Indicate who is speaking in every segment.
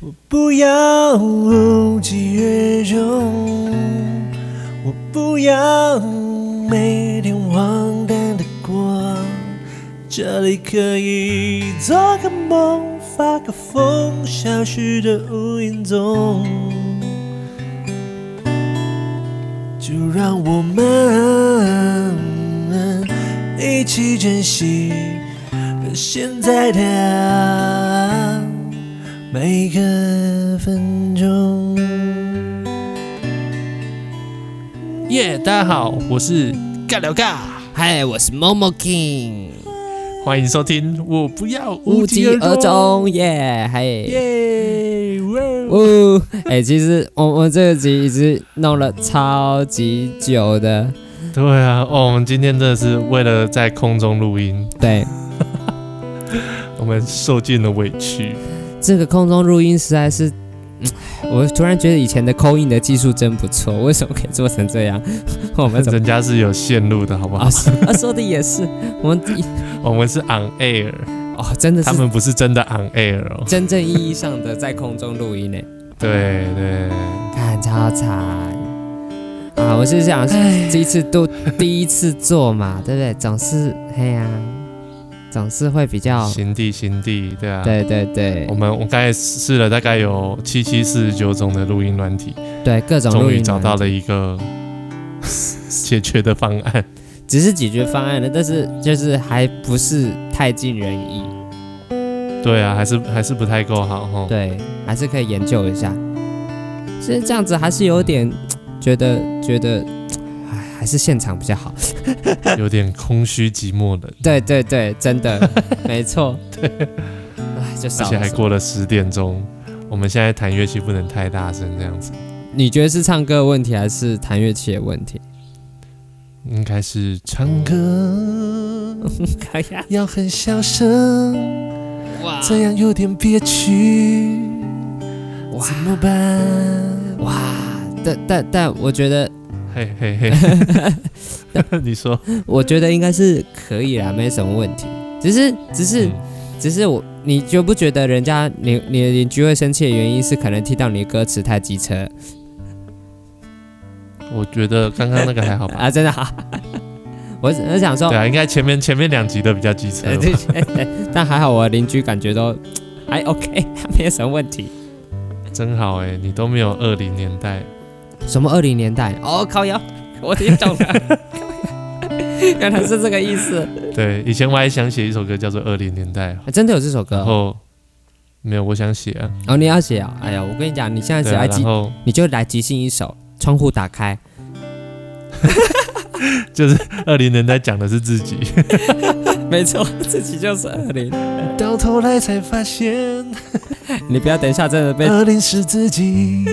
Speaker 1: 我不要无疾而终，我不要每天荒诞的过。这里可以做个梦，发个疯，消失的无影踪。就让我们一起珍惜现在的每一个分钟。
Speaker 2: 耶、大家好，我是尬聊尬，
Speaker 3: 嗨，我是 Momo King，
Speaker 2: 欢迎收听。我不要
Speaker 3: 无疾而
Speaker 2: 终。
Speaker 3: 终，耶，嗨，
Speaker 2: 耶！哇哦
Speaker 3: 呜，哎，其实我我这个集一直弄了超级久的，
Speaker 2: 对啊，哦，我们今天真的是为了在空中录音，
Speaker 3: 对，
Speaker 2: 我们受尽了委屈。
Speaker 3: 这个空中录音实在是。嗯我突然觉得以前的扣印的技术真不错，为什么可以做成这样？ 我们 怎么
Speaker 2: 人家是有线路的，好不好？哦
Speaker 3: 啊是啊说的也是，我们一
Speaker 2: 我们是 on air，
Speaker 3: 哦真的是
Speaker 2: 他们不是真的 on air 哦。
Speaker 3: 真正意义上的在空中录音呢，欸
Speaker 2: 对对，
Speaker 3: 看超惨啊！我是想这一次都第一次做嘛，对不对？总是嘿呀、总是会比较
Speaker 2: 心地心地，对啊。
Speaker 3: 对对对
Speaker 2: 我们我刚才试了大概有七七四十九种的录音软体，
Speaker 3: 对各种
Speaker 2: 终
Speaker 3: 录
Speaker 2: 于
Speaker 3: 音
Speaker 2: 找到
Speaker 3: 软
Speaker 2: 了一个解决的方案。
Speaker 3: 件，只是解决方案了，但是就是还不是太尽人意，
Speaker 2: 对啊，还是还是不太够好哈。
Speaker 3: 对，还是可以研究一下。其实这样子还是有点觉得觉得，哎，还是现场比较好。
Speaker 2: 有点空虚寂寞冷，
Speaker 3: 对对对，真的没 错，对，哎，就
Speaker 2: 而
Speaker 3: 少
Speaker 2: 且
Speaker 3: 了
Speaker 2: 还
Speaker 3: 什么
Speaker 2: 过了十点钟。我们现在弹乐器不能太大声，这样子
Speaker 3: 你觉得是唱歌的问题还是弹乐器的问题？
Speaker 2: 应该是唱歌
Speaker 3: 可以啊，
Speaker 1: 要很小声，
Speaker 3: 哇
Speaker 1: 这样有点憋屈，
Speaker 3: 哇
Speaker 1: 怎么办？
Speaker 3: 哇！但但但，我觉得，
Speaker 2: 嘿嘿 嘿，你说
Speaker 3: 我觉得应该是可以啦，没什么问题。只是，只是，
Speaker 2: 嗯
Speaker 3: 只是我，你觉不觉得人家你你的邻居会生气的原因是可能听到你的歌词太机车
Speaker 2: 我觉得刚刚那个还 好吧？
Speaker 3: 啊？真的好，我只我想说
Speaker 2: 对，啊，应该前面前面两集的比较机车
Speaker 1: 哎
Speaker 3: 呃
Speaker 2: 吧。
Speaker 3: 对但还好我的邻居感觉都还 OK，没有什么问题。
Speaker 2: 真好哎、你都没有二零年代，
Speaker 3: 什么二零年代？哦，靠腰，我听懂了， 原来是这个意思。
Speaker 2: 对，以前我还想写一首歌叫做《二零年代》，
Speaker 3: 啊真的有这首歌
Speaker 2: 然
Speaker 3: 哦？
Speaker 2: 后没有，我想写啊，
Speaker 3: 哦，你要写啊、哎呀，我跟你讲，你现在只
Speaker 2: 对
Speaker 3: 要
Speaker 2: 啊，
Speaker 3: 即
Speaker 2: 然，后
Speaker 3: 你就来即兴一首，窗户打开，
Speaker 2: 二零年代讲的是自己，
Speaker 3: 没错，自己就是二零。
Speaker 1: 到头来才发 现，
Speaker 3: 你不要等一下真的被
Speaker 1: 二零是自己。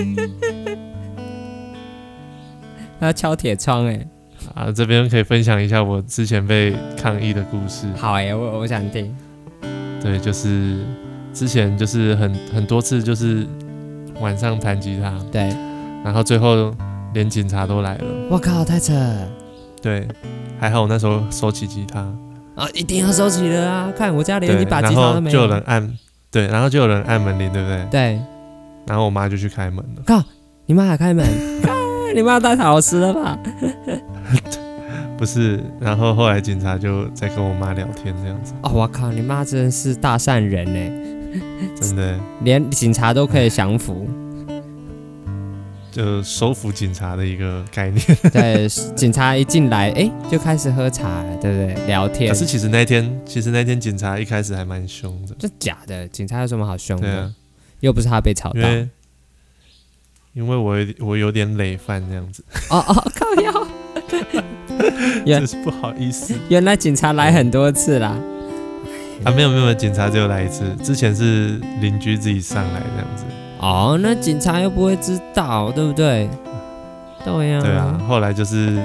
Speaker 3: 他敲铁窗哎、
Speaker 2: 啊，这边可以分享一下我之前被抗议的故事。
Speaker 3: 好哎、我我想听。
Speaker 2: 对，就是之前就是很很多次就是晚上弹吉他，
Speaker 3: 对，
Speaker 2: 然后最后连警察都来了。
Speaker 3: 我靠，太扯了
Speaker 2: 对，还好我那时候收起吉他，
Speaker 3: 啊！一定要收起了啊！看我家连
Speaker 2: 对，
Speaker 3: 一把
Speaker 2: 然
Speaker 3: 吉他
Speaker 2: 后
Speaker 3: 都没
Speaker 2: 就有人按，对，然后就有人按门铃，对不对？
Speaker 3: 对，
Speaker 2: 然后我妈就去开门了。
Speaker 3: 你妈还开门，靠 你妈太老实了吧？
Speaker 2: 不是，然后后来警察就在跟我妈聊天，这样子，
Speaker 3: 哦，我靠，你妈真是大善人哎、
Speaker 2: 真的
Speaker 3: 连警察都可以降 服。
Speaker 2: 就收服警察的一个概 念。
Speaker 3: 对，警察一进来，哎、就开始喝茶了，对不对？聊天。
Speaker 2: 可是其实那天，其实那天警察一开始还蛮凶的，
Speaker 3: 这假的，警察有什么好凶
Speaker 2: 对
Speaker 3: 的？
Speaker 2: 啊，
Speaker 3: 又不是他被吵
Speaker 2: 因
Speaker 3: 到。
Speaker 2: 为因为我有我有点累犯这样子，
Speaker 3: 哦哦，靠腰！ 原
Speaker 2: 真是不好意思
Speaker 3: 原来警察来很多次啦。
Speaker 2: 啊，没有没有，没有警察只有来一次，之前是邻居自己上来这样子，
Speaker 3: 哦，那警察又不会知道，对不对？对呀、
Speaker 2: 对 啊，。后来就是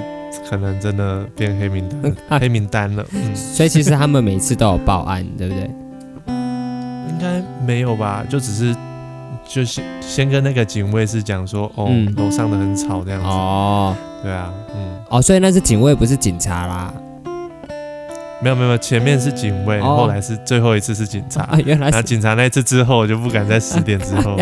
Speaker 2: 可能真的变黑名单
Speaker 3: 嗯
Speaker 2: 了，黑名单了， 嗯，
Speaker 3: 啊所以其实他们每次都有报案，对不对？
Speaker 2: 应该没有吧，就只是。就先先跟那个警卫是讲说，哦，
Speaker 3: 嗯
Speaker 2: 楼上的很吵这样子，
Speaker 3: 哦
Speaker 2: 对啊，嗯，
Speaker 3: 哦，所以那是警卫，不是警察啦。
Speaker 2: 没有没有，没有前面是警卫，
Speaker 3: 哦
Speaker 2: 后来是最后一次是警察。
Speaker 3: 啊， 原来
Speaker 2: 然后
Speaker 3: 是
Speaker 2: 警察那次之后，我就不敢在十点之 后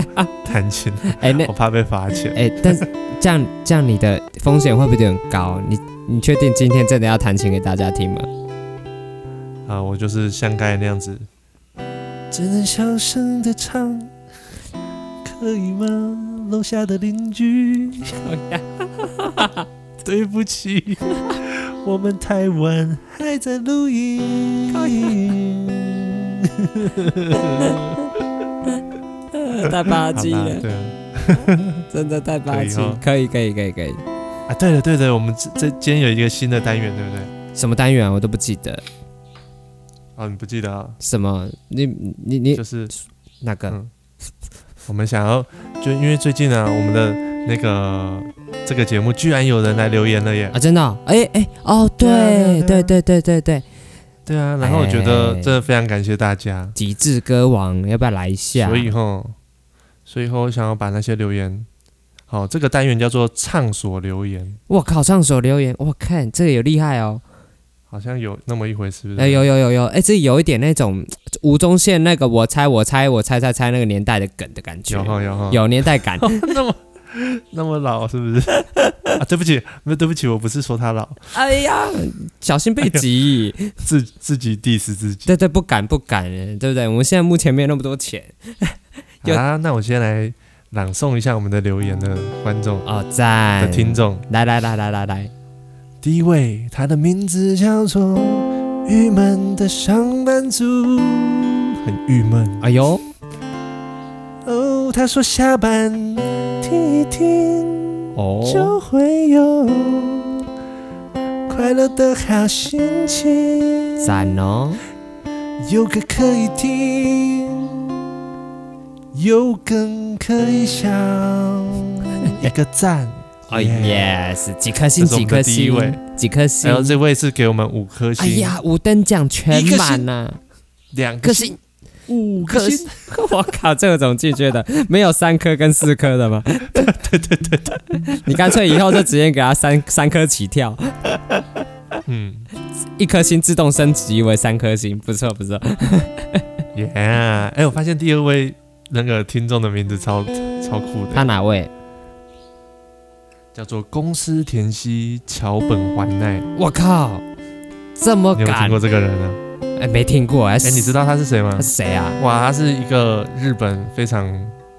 Speaker 2: 弹琴，
Speaker 3: 哎、那
Speaker 2: 我怕被罚钱。
Speaker 3: 哎、但是这样这样你的风险会不会有点高？你你确定今天真的要弹琴给大家听吗？
Speaker 2: 啊，我就是像刚才那样子，
Speaker 1: 只能小声的唱，可以吗？楼下的邻居，
Speaker 2: 对不起，
Speaker 1: 我们太晚还在录音。
Speaker 3: 太霸
Speaker 2: 好吧，
Speaker 3: 气了，
Speaker 2: 对啊。
Speaker 3: 真的太霸
Speaker 2: 可
Speaker 3: 气
Speaker 2: 以哦！
Speaker 3: 可以可以可以可以，
Speaker 2: 啊，对了对了，我们这这今天有一个新的单元，对不对？
Speaker 3: 什么单元啊我都不记得，
Speaker 2: 哦，你不记得啊？
Speaker 3: 什么你你你
Speaker 2: 就是
Speaker 3: 那个、
Speaker 2: 嗯我们想要，就因为最近啊，我们的那个这个节目居然有人来留言了耶！
Speaker 3: 啊？真的哦、哎、哎、哦，
Speaker 2: 对啊
Speaker 3: 对
Speaker 2: 对啊
Speaker 3: 对对对对对，
Speaker 2: 对啊，然后我觉得
Speaker 3: 哎
Speaker 2: 真的非常感谢大家，
Speaker 3: 极致歌王要不要来一下？
Speaker 2: 所以吼，所以吼，我想要把那些留言，好，这个单元叫做畅所留言，
Speaker 3: 我靠，上手留言，我看这个有厉害哦，
Speaker 2: 好像有那么一回事，是不
Speaker 3: 哎、
Speaker 2: 是？
Speaker 3: 有有有有，哎、这有一点那种吴宗宪那个我猜我猜我猜猜猜那个年代的梗的感觉，
Speaker 2: 有哈有哈，
Speaker 3: 有年代感，
Speaker 2: 那么那么老是不是？ 啊，对不起，没有对不起，我不是说他老，
Speaker 3: 哎呀，小心
Speaker 2: 哎
Speaker 3: 被挤。
Speaker 2: 自自己 diss 自己。
Speaker 3: 对对，不敢不敢，对不对？我们现在目前没有那么多钱有
Speaker 2: 好啦，那我先来朗诵一下我们的留言的观众
Speaker 3: 哦，
Speaker 2: 的
Speaker 3: 赞。
Speaker 2: 听众。
Speaker 3: 来来来来来来，
Speaker 1: 第一位，他的名字叫做郁闷的上班族。
Speaker 2: 很郁闷，
Speaker 3: 哎呦，
Speaker 1: 哦，他说下班听一听，
Speaker 3: 哦，
Speaker 1: 就会有快乐的好心情。
Speaker 3: 赞哦，
Speaker 1: 有个可以听，有梗可以想，一个赞。
Speaker 3: 哦
Speaker 2: 哎 Yeah
Speaker 3: yes，几颗星
Speaker 2: 这是我
Speaker 3: 几
Speaker 2: 们
Speaker 3: 颗
Speaker 2: 的第一位
Speaker 3: 星，几颗星
Speaker 2: 然后。哎这位是给我们五颗
Speaker 3: 哎
Speaker 2: 星，
Speaker 3: 呀，五等奖全满啊呐、
Speaker 2: 两
Speaker 3: 颗
Speaker 2: 颗星，
Speaker 3: 星，
Speaker 1: 五
Speaker 3: 五颗星，我靠，这个怎么拒绝的？没有三颗跟四颗的吗？对对对对，你干脆以后就直接给他三三颗起跳，
Speaker 2: 嗯
Speaker 3: 一颗星自动升级为三颗星，不错不错。
Speaker 2: 耶！哎，我发现第二位那个听众的名字超超酷
Speaker 3: 他
Speaker 2: 的，
Speaker 3: 哪位？
Speaker 2: 叫做公司田西桥本环奈，
Speaker 3: 我靠，这么
Speaker 2: 你有没有听
Speaker 3: 敢
Speaker 2: 过？这个人呢？
Speaker 3: 哎，没听过哎，
Speaker 2: 哎，你知道他是谁吗
Speaker 3: 他？是谁啊？
Speaker 2: 哇，她是一个日本非常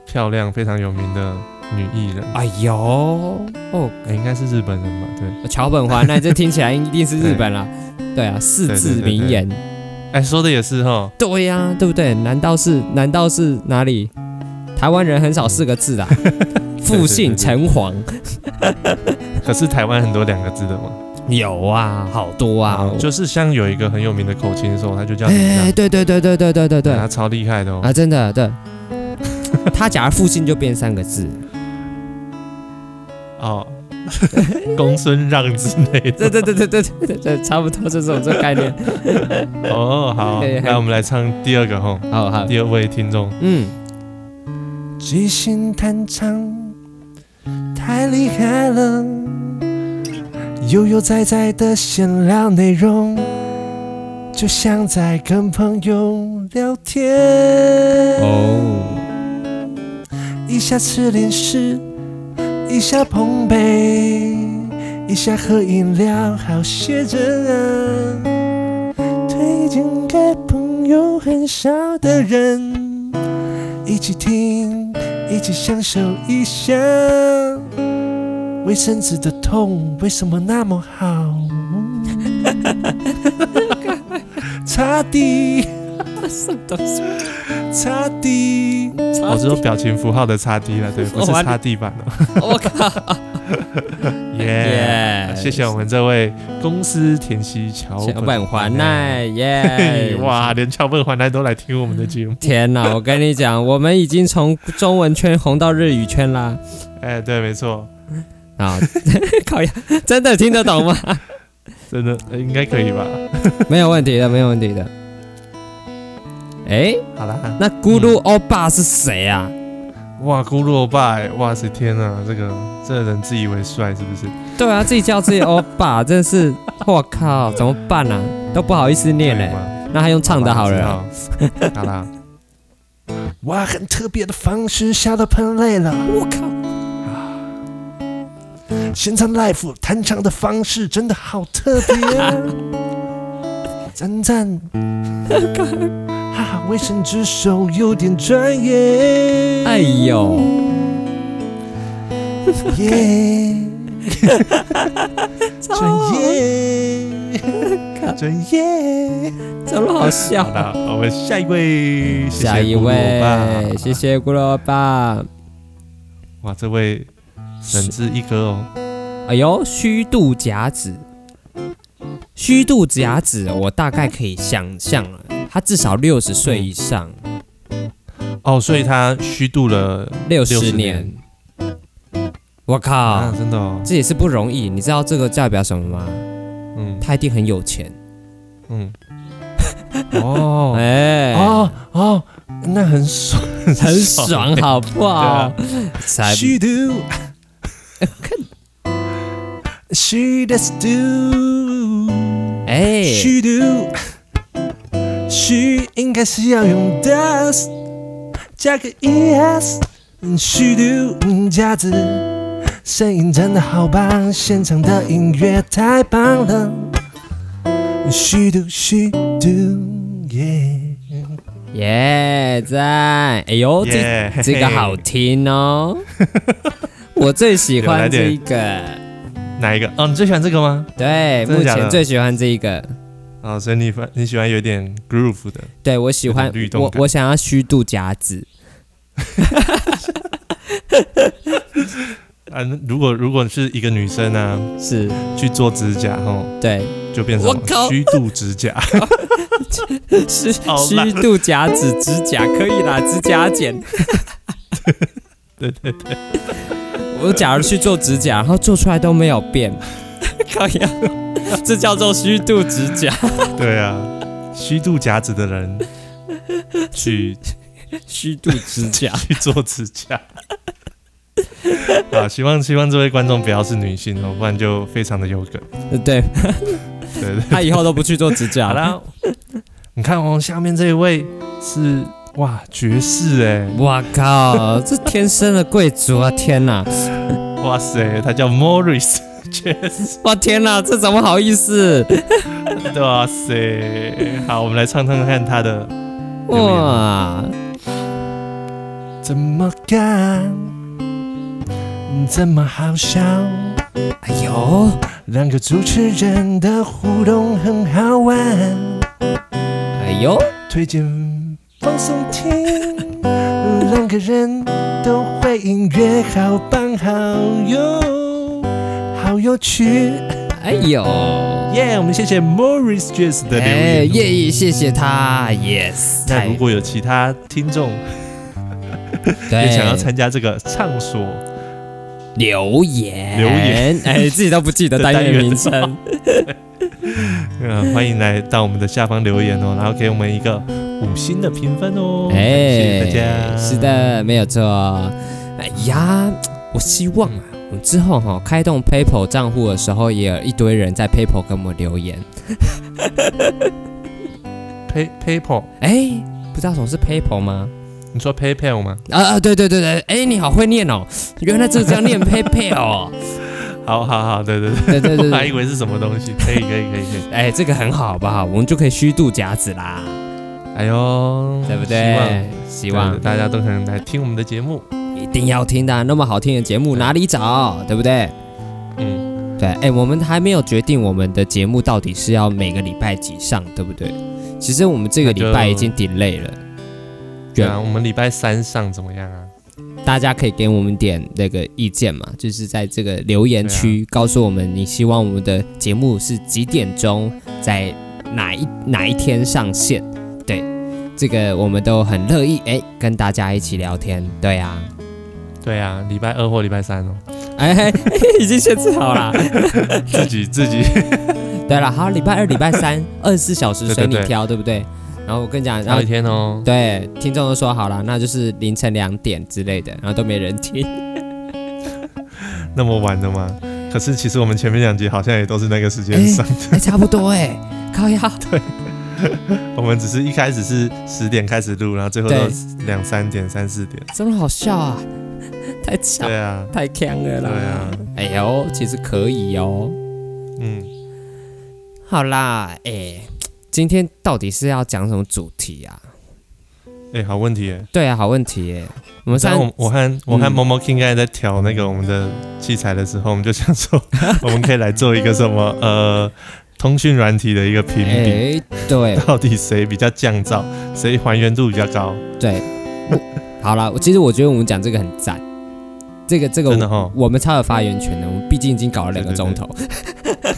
Speaker 2: 漂亮、非常有名的女艺人，
Speaker 3: 哎呦，哦，
Speaker 2: 哎应该是日本人吧？对。
Speaker 3: 桥本环奈，这听起来一定是日本啦。对啊，四字名言。
Speaker 2: 哎，说的也是哈，
Speaker 3: 对呀、对不对？难道是难道是哪里？台湾人很少四个字的啊，复姓城隍
Speaker 2: 可是台湾很多两个字的嘛，
Speaker 3: 有啊，好多啊。我
Speaker 2: 就是像有一个很有名的口琴手，他就叫你
Speaker 3: 哎，对对对对对对对对
Speaker 2: 他超厉害的哦。
Speaker 3: 啊，真的对。他假如复姓就变三个字，
Speaker 2: 哦， 公孙让之类
Speaker 3: 对
Speaker 2: 的。
Speaker 3: 对对对对对对对，差不多就是我这种概念。
Speaker 2: 哦，好，
Speaker 3: 对
Speaker 2: 那我们来唱第二个吼，
Speaker 3: 好好，
Speaker 2: 啊第二位听众，
Speaker 3: 嗯，
Speaker 1: 即兴弹唱太厉害了，悠悠哉哉的闲聊内容，就像在跟朋友聊天。
Speaker 3: 哦，
Speaker 1: 一下吃零食，一下碰杯，一下喝饮料，好些人啊。推荐给朋友很少的人，一起听，一起享受一下。卫生纸的痛为什么那么好？ 擦地，
Speaker 3: 什么东西？
Speaker 1: 擦地。
Speaker 3: 哦
Speaker 2: 我是说哦表情符号的擦 D 了，对，不是
Speaker 3: 我还
Speaker 2: 擦地板了。
Speaker 3: 我靠！
Speaker 2: 耶，
Speaker 3: 耶
Speaker 2: 谢谢我们这位公司田西桥
Speaker 3: 小本环。奈
Speaker 2: 嘿
Speaker 3: 耶！
Speaker 2: 哇，连桥本环奈都来听我们的节目，
Speaker 3: 天哪！我跟你讲，我们已经从中文圈红到日语圈啦！
Speaker 2: 哎，对，没错，
Speaker 3: 啊， 靠呀，真的听得 懂吗？
Speaker 2: 真的呃应该可以吧？
Speaker 3: 没有问题的，没有问题的。哎，
Speaker 2: 好啦，
Speaker 3: 那咕噜欧巴是谁啊？
Speaker 2: 哇，咕噜欧巴，哎哇塞，天啊，这个这个人自以为帅是不是？
Speaker 3: 对啊，自己叫自己欧巴，真是我靠，怎么办啊？都不好意思念
Speaker 2: 对
Speaker 3: 嘞。
Speaker 2: 吗
Speaker 3: 那他用唱的好了啊。
Speaker 2: 好好 啦，
Speaker 1: 哇，很特别的方式，笑到喷泪了。
Speaker 3: 我靠，
Speaker 1: 现场 live 弹唱的方式真的好特
Speaker 2: 啊
Speaker 1: 别，赞赞。哈哈，卫生纸手有点专业。
Speaker 3: 哎呦，
Speaker 1: 耶，
Speaker 3: 超
Speaker 1: 专业，专业。
Speaker 3: 怎么好笑
Speaker 2: 好？啦，我们下一位，谢谢
Speaker 3: 下一
Speaker 2: 咕噜欧
Speaker 3: 位
Speaker 2: 巴，
Speaker 3: 谢谢咕噜爸。
Speaker 2: 哇，这位神之一哥哦，
Speaker 3: 哎呦，虚度甲子，虚度甲子，我大概可以想象了，他至少六十岁以上，
Speaker 2: 哦，所以他虚度了
Speaker 3: 六
Speaker 2: 60
Speaker 3: 十年。我靠，
Speaker 2: 啊，真的哦，
Speaker 3: 这也是不容易。你知道这个代表什么吗？
Speaker 2: 嗯
Speaker 3: 他一定很有钱。
Speaker 2: 嗯，哦
Speaker 3: 哎、
Speaker 2: 哦哦，那很爽，
Speaker 3: 很爽，好不 好？才
Speaker 1: 虚度， 虚的 do，
Speaker 3: 哎，
Speaker 1: 虚度，虚应该是要用 does 加个 e es，虚度架嗯子，声音真的好棒，现场的音乐太棒了，虚度虚度耶。
Speaker 3: 耶赞！哎呦，这
Speaker 2: 耶，
Speaker 3: 这个好听 哦，我最喜欢这一个。
Speaker 2: 哪一个？哦，你最喜欢这个吗？
Speaker 3: 对，
Speaker 2: 真的
Speaker 3: 目
Speaker 2: 假的
Speaker 3: 前最喜欢这一个。
Speaker 2: 哦，所以你反你喜欢有点 groove 的，
Speaker 3: 对我喜欢
Speaker 2: 有点律，动
Speaker 3: 我
Speaker 2: 感
Speaker 3: 我想要虚度甲子。
Speaker 2: 啊，那如果如果是一个女生啊，
Speaker 3: 是，
Speaker 2: 去做指甲哦，
Speaker 3: 对，
Speaker 2: 就变成
Speaker 3: 我靠
Speaker 2: 虚度指 甲，
Speaker 3: 是
Speaker 2: 好啦
Speaker 3: 虚度甲子，指甲可以啦，指甲剪。
Speaker 2: 对对
Speaker 3: 对。我假如去做指甲，然后做出来都没有变，靠呀，这叫做虚度指甲。
Speaker 2: 对啊，虚度甲子的人去
Speaker 3: 虚度指甲
Speaker 2: 去做指甲。啊，希望希望这位观众不要是女性哦，不然就非常的有梗。
Speaker 3: 对
Speaker 2: 对对
Speaker 3: 他以后都不去做指甲
Speaker 2: 好
Speaker 3: 了。
Speaker 2: 啦，你看哦，下面这一位是哇爵士哎，
Speaker 3: 哇靠，这天生的贵族啊！天哪，
Speaker 2: 哇塞，他叫 Morris 爵士，
Speaker 3: 哇天哪，这怎么好意思？
Speaker 2: 哇塞，好，我们来唱唱看他的留言
Speaker 3: 哇，
Speaker 1: 怎么干？怎么好笑？
Speaker 3: 哎呦，
Speaker 1: 两个主持人的互动很好玩，
Speaker 3: 哎呦，
Speaker 1: 推荐放松听，两个人都会音乐，好棒好哟，好有趣。
Speaker 3: 哎呦，
Speaker 2: 耶、我们谢谢 Morris Jazz 的留
Speaker 3: 哎，
Speaker 2: 言。
Speaker 3: 愿意谢谢他，yes，
Speaker 2: 那
Speaker 3: 太
Speaker 2: 如果有其他听众
Speaker 1: 哎
Speaker 2: 也想要
Speaker 3: 对，
Speaker 2: 参加这个畅所，
Speaker 3: 留言
Speaker 2: 留言，
Speaker 3: 哎，自己都不记得
Speaker 2: 的
Speaker 3: 单
Speaker 2: 单
Speaker 3: 元
Speaker 2: 元
Speaker 3: 名称，
Speaker 2: 嗯，欢迎来到我们的下方留言
Speaker 3: 嗯
Speaker 2: 哦，然后给我们一个五星的评分哦，感谢
Speaker 3: 哎，
Speaker 2: 大家。
Speaker 3: 是，的，没有错。哎呀，我希望啊，我之后哈、开动 PayPal 账户的时候，也有一堆人在 PayPal 跟我留言。
Speaker 2: Pay PayPal，
Speaker 3: 哎，不知道什么是 PayPal 吗？
Speaker 2: 你说 PayPal 吗？
Speaker 3: 啊啊，对对对对，哎，你好会念哦，原来这个叫念 PayPal 哦。
Speaker 2: 好好好，对对对，
Speaker 3: 对对 对
Speaker 2: 我还
Speaker 3: 对
Speaker 2: 以，为是什么东西，可以可以可以 可以。
Speaker 3: 哎，这个很好，好不好？我们就可以虚度甲子啦，
Speaker 2: 哎呦，
Speaker 3: 对不
Speaker 2: 希望
Speaker 3: 对？希望
Speaker 2: 对大家都可能来听我们的节目。
Speaker 3: 一定要听的啊，那么好听的节目哪里找？对不对？
Speaker 2: 嗯，
Speaker 3: 对，哎、我们还没有决定我们的节目到底是要每个礼拜几上，对不对？其实我们这个礼
Speaker 2: 那
Speaker 3: 拜
Speaker 2: 就
Speaker 3: 已经 delay 了，
Speaker 2: 对啊，我们礼拜三上怎么样啊？
Speaker 3: 大家可以给我们点那个意见嘛，就是在这个留言
Speaker 2: 啊
Speaker 3: 区告诉我们，你希望我们的节目是几点钟，在哪一哪一天上线？对，这个我们都很乐意，哎、跟大家一起聊天，对呀、啊。
Speaker 2: 对啊，礼拜二或礼拜三 哦，
Speaker 3: 哎、嘿嘿已经限制好了。
Speaker 2: 自己自己
Speaker 3: 对了，好，礼拜二、礼拜三，二十四小时随你
Speaker 2: 对对对
Speaker 3: 挑，对不对？然后我跟你讲，然
Speaker 2: 哪
Speaker 3: 后
Speaker 2: 一天哦。
Speaker 3: 对，听众都说好了，那就是凌晨两点之类的，然后都没人 听。
Speaker 2: 那么晚的吗？可是其实我们前面两集好像也都是那个时间
Speaker 3: 哎
Speaker 2: 上，
Speaker 3: 哎，差不多哎、高腰，
Speaker 2: 我们只是一开始是十点开始录，然后最后
Speaker 3: 对
Speaker 2: 到两三点、三四点。
Speaker 3: 真的好笑啊， 太强
Speaker 2: 对啊，
Speaker 3: 太强了啦！
Speaker 2: 对啊，
Speaker 3: 哎呦，其实可以哦。
Speaker 2: 嗯，
Speaker 3: 好啦，哎，今天到底是要讲什么主题啊？
Speaker 2: 哎、好问题耶。
Speaker 3: 对啊，好问题耶。我们
Speaker 2: 但
Speaker 3: 上
Speaker 2: 我我和我和
Speaker 3: 嗯
Speaker 2: 毛毛 King 刚才在调那个我们的器材的时候，我们就想 说，我们可以来做一个什么呃通讯软体的一个评比，
Speaker 3: 哎，对
Speaker 2: 到底谁比较降噪，谁还原度比较高？
Speaker 3: 对，我好啦，我其实我觉得我们讲这个很赞，这个这个
Speaker 2: 真的哦
Speaker 3: 我们超有发言权的，我们毕竟已经搞了两个
Speaker 2: 对对
Speaker 3: 钟
Speaker 2: 对
Speaker 3: 头，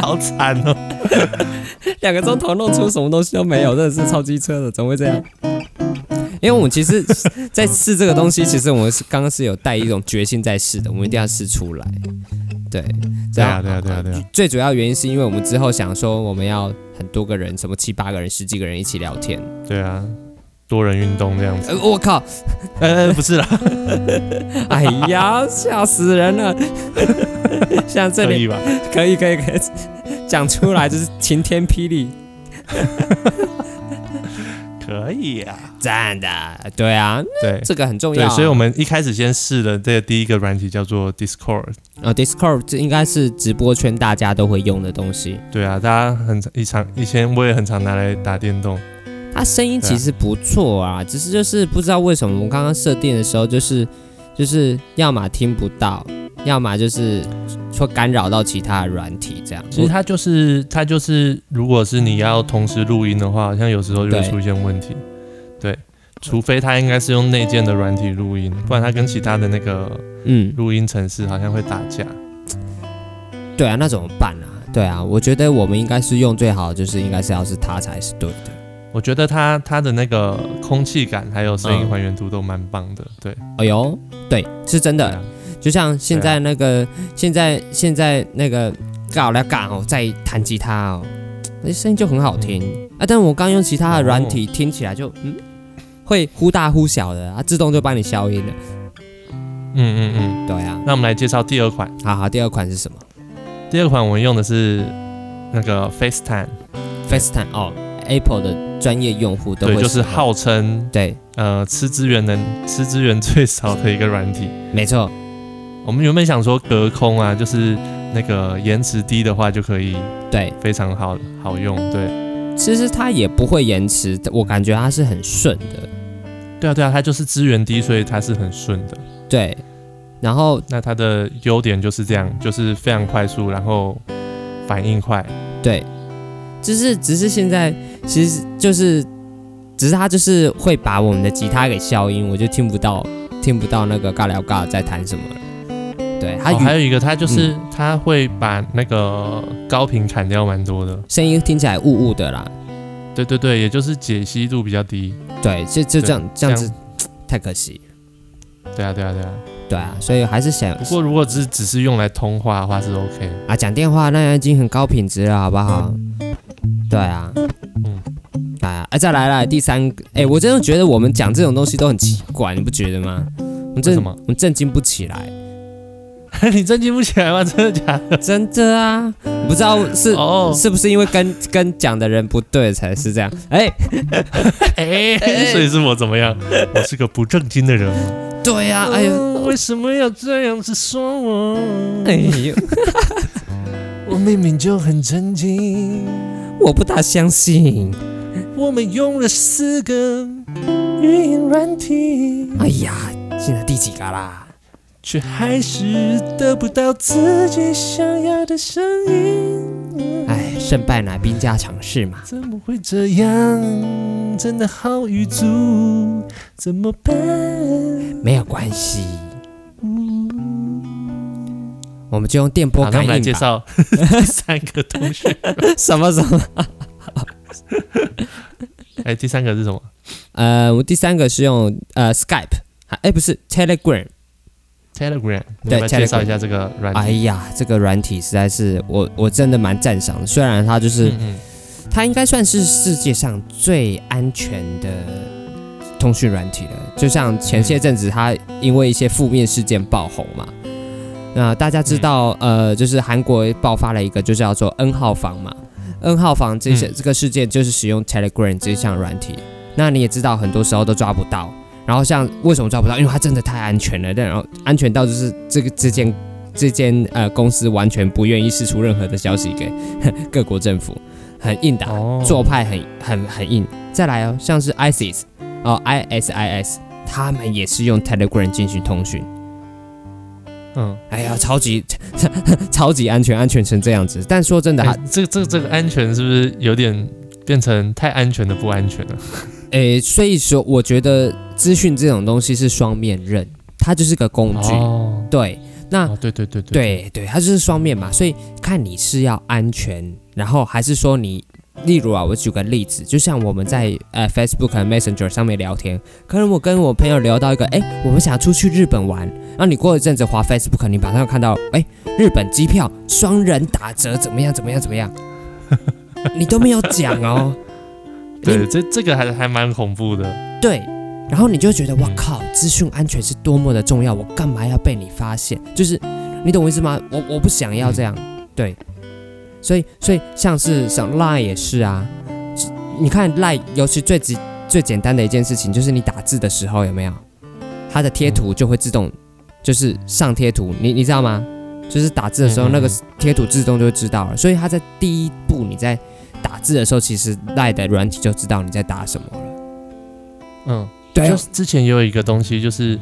Speaker 2: 好惨哦！
Speaker 3: 两个钟头弄出什么东西都
Speaker 2: 嗯
Speaker 3: 没有，真的是超机车的，怎么会这样？因为我们其实，在试这个东西，其实我们是刚刚是有带一种决心在试的，我们一定要试出来。对，这
Speaker 2: 对
Speaker 3: 样
Speaker 2: 啊，对啊，对啊，对啊，
Speaker 3: 最主要原因是因为我们之后想说，我们要很多个人，什么七八个人、十几个人一起聊天。
Speaker 2: 对啊，多人运动这样子。
Speaker 3: 呃，我靠，
Speaker 2: 呃，嗯呃不是啦，
Speaker 3: 哎呀，吓死 人了！像这
Speaker 2: 可
Speaker 3: 里
Speaker 2: 以吧？
Speaker 3: 可以可以可以讲出来，就是晴天霹雳，
Speaker 2: 可以啊。
Speaker 3: 赞的。对啊，
Speaker 2: 对
Speaker 3: 这个很重要
Speaker 2: 对，
Speaker 3: 啊。
Speaker 2: 所以我们一开始先试了这个第一个软体叫做 Discord。
Speaker 3: 呃，Discord 这应该是直播圈大家都会用的东西。
Speaker 2: 对啊，大家很常一常以前我也很常拿来打电动。
Speaker 3: 它声音
Speaker 2: 对啊
Speaker 3: 其实不错啊，只是就是不知道为什么我刚刚设定的时候，就是就是要么听不到，要么就是说干扰到其他的软体这样。
Speaker 2: 其实它就是它就是，如果是你要同时录音的话，好像有时候就会
Speaker 3: 对
Speaker 2: 出现问题。对，除非它应该是用内建的软体录音，不然它跟其他的那个
Speaker 3: 嗯，
Speaker 2: 录音程式好像会打架。
Speaker 3: 对啊，那怎么办啊？对啊，我觉得我们应该是用最好，就是应该是要是它才是对的。
Speaker 2: 我觉得它它的那个空气感还有声音
Speaker 3: 嗯
Speaker 2: 还原度都蛮棒的。对，
Speaker 3: 哎呦，对，是真
Speaker 2: 对
Speaker 3: 的
Speaker 2: 啊。
Speaker 3: 就像现在那个，现在现在那个尬了尬哦，在弹吉他哦，那声音就很好听、
Speaker 2: 嗯
Speaker 3: 啊。但我刚用其他的软体
Speaker 2: 哦
Speaker 3: 听起来就嗯，会忽大忽小的，啊，自动就帮你消音了。
Speaker 2: 嗯嗯嗯。
Speaker 3: 对啊，
Speaker 2: 那我们来介绍第二款，
Speaker 3: 好好，第二款是什么
Speaker 2: 第二款我们用的是那个 FaceTime，
Speaker 3: ？FaceTime 哦，Apple 的专业用户都
Speaker 2: 对，
Speaker 3: 会
Speaker 2: 就
Speaker 3: 使
Speaker 2: 是
Speaker 3: 用
Speaker 2: 号称
Speaker 3: 对，
Speaker 2: 呃吃资源能吃资源最少的一个软体。
Speaker 3: 没错，
Speaker 2: 我们原本想说隔空啊，就是那个延迟低的话就可以
Speaker 3: 对。
Speaker 2: 非常好好用，对，
Speaker 3: 其实它也不会延迟，我感觉它是很顺的。
Speaker 2: 对啊对啊，它就是资源低，所以它是很顺的。
Speaker 3: 对，然后
Speaker 2: 那它的优点就是这样，就是非常快速，然后反应快，
Speaker 3: 对，就是只是现在其实就是，只是他就是会把我们的吉他给消音，我就听不到听不到那个尬聊尬在弹什么了。对，他
Speaker 2: 哦
Speaker 3: 语、
Speaker 2: 还有一个它嗯就是、它会把那个高频砍掉蛮多的，
Speaker 3: 声音听起来雾雾的啦。
Speaker 2: 对对对，也就是解析度比较低，
Speaker 3: 对，就就这样
Speaker 2: 对
Speaker 3: 这样子，太可惜。
Speaker 2: 对啊对啊对啊。
Speaker 3: 对啊，所以还是想
Speaker 2: 不过如果只只是用来通话的话是 OK，
Speaker 3: 啊讲电话那样已经很高品质了，好不好？对啊，嗯
Speaker 2: 嗯，
Speaker 3: 哎呀，哎再来来第三个，哎，我真的觉得我们讲这种东西都很奇怪，你不觉得吗？我们
Speaker 2: 为
Speaker 3: 真
Speaker 2: 什
Speaker 3: 我
Speaker 2: 么？
Speaker 3: 们震惊不起来。
Speaker 2: 你震惊不起来吗？真的假的？
Speaker 3: 真的啊，不知道是、
Speaker 2: 哦，
Speaker 3: 是不是因为跟跟讲的人不对才是这样？哎、
Speaker 2: 哎、 所以是我怎么样？我是个不正经的人吗？
Speaker 3: 对呀、哎呦，
Speaker 2: 嗯为什么要这样子说我？
Speaker 3: 哎呦，
Speaker 1: 我明明就很震惊，
Speaker 3: 我不大相信。
Speaker 1: 我们用了四个语音软体，
Speaker 3: 哎呀，现在第几个啦？
Speaker 1: 却还是得不到自己想要的声音。
Speaker 3: 哎，胜败乃兵家常事嘛。
Speaker 1: 怎么会这样？真的好无助，怎么办？
Speaker 3: 没有关系，我们就用电波
Speaker 2: 好，那我
Speaker 3: 感
Speaker 2: 们来
Speaker 3: 应
Speaker 2: 介
Speaker 3: 吧。
Speaker 2: 绍第三个同学。
Speaker 3: 什么什么？
Speaker 2: 哎、第三个是什么
Speaker 3: 呃，我第三个是用呃 Skype，哎、不是 Telegram。
Speaker 2: ？Telegram，你
Speaker 3: 对
Speaker 2: 们介绍
Speaker 3: Telegram
Speaker 2: 一下这个软
Speaker 3: 哎
Speaker 2: 件。
Speaker 3: 呀，这个软体实在是我我真的蛮赞赏的，虽然它就是。
Speaker 2: 嗯嗯
Speaker 3: 它应该算是世界上最安全的通讯软体了。就像前些阵子，它因为一些负面事件爆红嘛，那大家知道，呃，就是韩国爆发了一个就叫做 N 号房嘛。 N 号房这些、这个事件就是使用 Telegram 这项软体。那你也知道，很多时候都抓不到。然后像为什么抓不到？因为它真的太安全了，但然后安全到就是这个这间这间呃公司完全不愿意释出任何的消息给 各国政府，很硬打，
Speaker 2: 哦
Speaker 3: 做派很很很硬。再来哦，像是 ISIS 哦 ISIS，他们也是用 Telegram 进行通讯。
Speaker 2: 嗯，
Speaker 3: 哎呀，超级 超级安全，安全成这样子。但说真的，它
Speaker 2: 哎这这这个安全是不是有点变成太安全的不安全了？
Speaker 3: 诶、所以说我觉得资讯这种东西是双面刃，它就是个工具。
Speaker 2: 哦，
Speaker 3: 对，那、
Speaker 2: 哦，对对对对，
Speaker 3: 对对，它就是双面嘛。所以看你是要安全，然后还是说你，例如啊，我举个例子，就像我们在呃 Facebook 和 Messenger 上面聊天，可能我跟我朋友聊到一个，哎，我们想出去日本玩，然后你过一阵子滑 Facebook，你马上看到，哎，日本机票双人打折，怎么样怎么样怎么样， 你都没有讲哦。
Speaker 2: 对，这这个还还蛮恐怖的，
Speaker 3: 对，然后你就觉得哇
Speaker 2: 嗯
Speaker 3: 靠，资讯安全是多么的重要，我干嘛要被你发现？就是你懂我意思吗？我我不想要这样，
Speaker 2: 嗯
Speaker 3: 对，所以所以像是像 Line 也是啊，你看 Line 尤其最简最简单的一件事情就是你打字的时候有没有，它的贴图就会自动就是上贴图，你你知道吗？就是打字的时候
Speaker 2: 嗯嗯
Speaker 3: 那个
Speaker 2: 嗯
Speaker 3: 贴图自动就会知道了，所以它在第一步你在打字的时候，其实 Line 的软体就知道你在打什么了。
Speaker 2: 嗯，
Speaker 3: 对啊
Speaker 2: 就是之前也有一个东西，就是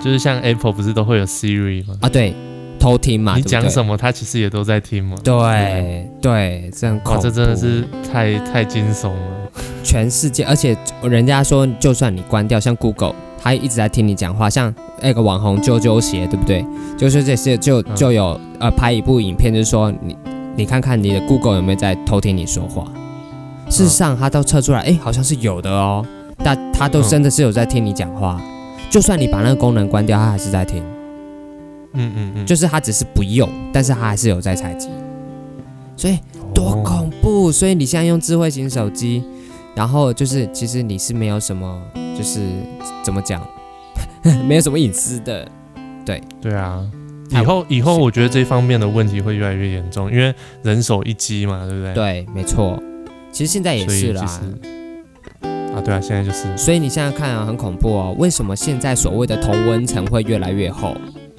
Speaker 2: 就是像 Apple 不是都会有 Siri 吗？
Speaker 3: 啊，对，偷听嘛，
Speaker 2: 你
Speaker 3: 啊对不
Speaker 2: 讲
Speaker 3: 对
Speaker 2: 什么，它其实也都在听嘛。
Speaker 3: 对对，这很
Speaker 2: 哇，
Speaker 3: 恐怖，
Speaker 2: 这真的是太太惊悚了。
Speaker 3: 全世界，而且人家说，就算你关掉，像 Google，它一直在听你讲话，像那个网红啾啾鞋，对不对？啾啾这些就
Speaker 2: 嗯
Speaker 3: 就有、呃拍一部影片，就是说你你看看你的 Google 有没有在偷听你说话。事实上，它都测出来，哎，好像是有的哦，但它都
Speaker 2: 嗯
Speaker 3: 真的是有在听你讲话，就算你把那个功能关掉，它还是在听，
Speaker 2: 嗯嗯嗯，
Speaker 3: 就是它只是不用，但是它还是有在采集，所以。多
Speaker 2: 哦
Speaker 3: 恐怖！所以你现在用智慧型手机，然后就是其实你是没有什么，就是怎么讲， 没有什么隐私的。
Speaker 2: 对啊，以
Speaker 3: 太
Speaker 2: 后以后我觉得这方面的问题会越来越严重，因为人手一机嘛，对不对？
Speaker 3: 对，没错。其实现在也
Speaker 2: 哎所以
Speaker 3: 是
Speaker 2: 其
Speaker 3: 啦。
Speaker 2: 实啊，对啊，现在就是
Speaker 3: 所以你现在看啊，很恐怖哦。为什么现在所谓的同温层会越来越厚？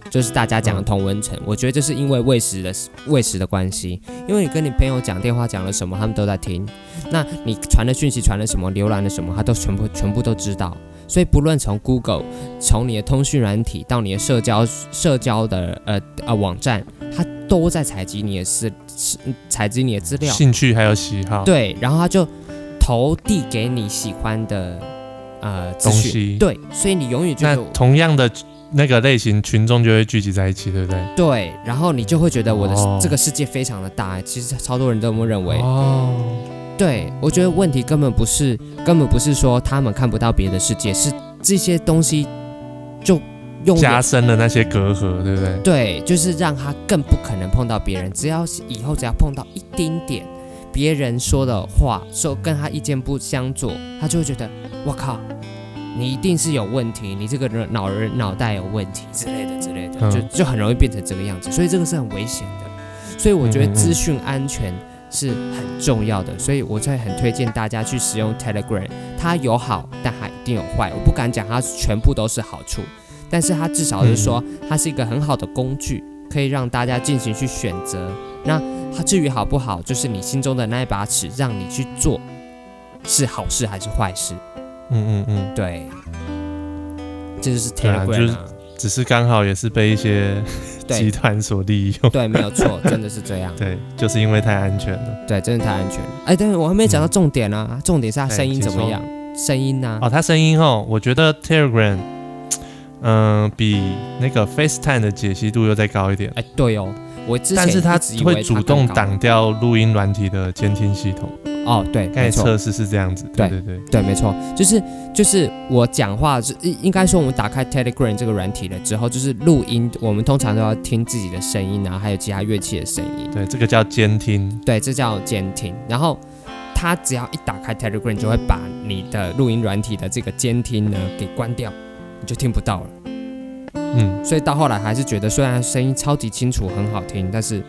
Speaker 3: 就是大家讲的
Speaker 2: 嗯
Speaker 3: 同温层，我觉得这是因为喂食的喂食的关系。因为你跟你朋友讲电话讲了什么，他们都在听。那你传的讯息传了什么，浏览了什么，他都全部全部都知道。所以不论从 Google，从你的通讯软体到你的社交社交的呃呃网站，它都在采集你的私私采集你的资料。
Speaker 2: 兴趣还有喜好，
Speaker 3: 对，然后他就投递给你喜欢的呃资
Speaker 2: 东
Speaker 3: 讯
Speaker 2: 西
Speaker 3: 对，所以你永远觉
Speaker 2: 那
Speaker 3: 得我
Speaker 2: 同样的那个类型群众就会聚集在一起，对不对？
Speaker 3: 对，然后你就会觉得我的世、
Speaker 2: 哦
Speaker 3: 这个世界非常的大。其实超多人都这么认为。
Speaker 2: 哦，
Speaker 3: 对，我觉得问题根本不是，根本不是说他们看不到别的世界，是这些东西就用
Speaker 2: 加深了那些隔阂，对不对？
Speaker 3: 对，就是让他更不可能碰到别人。只要是以后只要碰到一丁点别人说的话，说跟他意见不相左，他就会觉得我靠，你一定是有问题，你这个人脑人脑袋有问题之类的之类的，
Speaker 2: 嗯
Speaker 3: 就就很容易变成这个样子。所以这个是很危险的。所以我
Speaker 2: 嗯
Speaker 3: 觉得
Speaker 2: 嗯嗯
Speaker 3: 资讯安全是很重要的，所以我才很推荐大家去使用 Telegram。它有好，但它一定有坏。我不敢讲它全部都是好处，但是它至少是说
Speaker 2: 嗯
Speaker 3: 它是一个很好的工具，可以让大家进行去选择。那它至于好不好，就是你心中的那一把尺，让你去做是好事还是坏事。
Speaker 2: 嗯嗯嗯，
Speaker 3: 对，这就是
Speaker 2: 对啊
Speaker 3: Telegram 啊。
Speaker 2: 就是只是刚好也是被一些集
Speaker 3: 对
Speaker 2: 团所利用，
Speaker 3: 对，没有错，真的是 这样。
Speaker 2: 对，就是因为太安全了。
Speaker 3: 对，真的太安全了。哎，但是我还没讲到重点啊，重点是它
Speaker 2: 对
Speaker 3: 声音
Speaker 2: 哎请
Speaker 3: 怎么
Speaker 2: 说
Speaker 3: 样？声音啊呢、
Speaker 2: 哦，它声音哦，我觉得 Telegram，嗯、比那个 FaceTime 的解析度又再高一点。
Speaker 3: 哎，对哦，我之前
Speaker 2: 但是
Speaker 3: 一
Speaker 2: 它
Speaker 3: 直以为
Speaker 2: 会主动
Speaker 3: 它更
Speaker 2: 挡掉录音软体的监听系统，
Speaker 3: 高哦，对，
Speaker 2: 刚才
Speaker 3: 没错，
Speaker 2: 测试是这样子，
Speaker 3: 对
Speaker 2: 对对对，
Speaker 3: 对，没错，就是就是我讲话是应应该说我们打开 Telegram 这个软体了之后，就是录音，我们通常都要听自己的声音，啊然后还有其他乐器的声音，
Speaker 2: 对，这个叫监听，
Speaker 3: 对，这叫监听。然后它只要一打开 Telegram，就会把你的录音软体的这个监听呢给关掉，你就听不到了。
Speaker 2: 嗯，
Speaker 3: 所以到后来还是觉得，虽然声音超级清楚，很好听，但是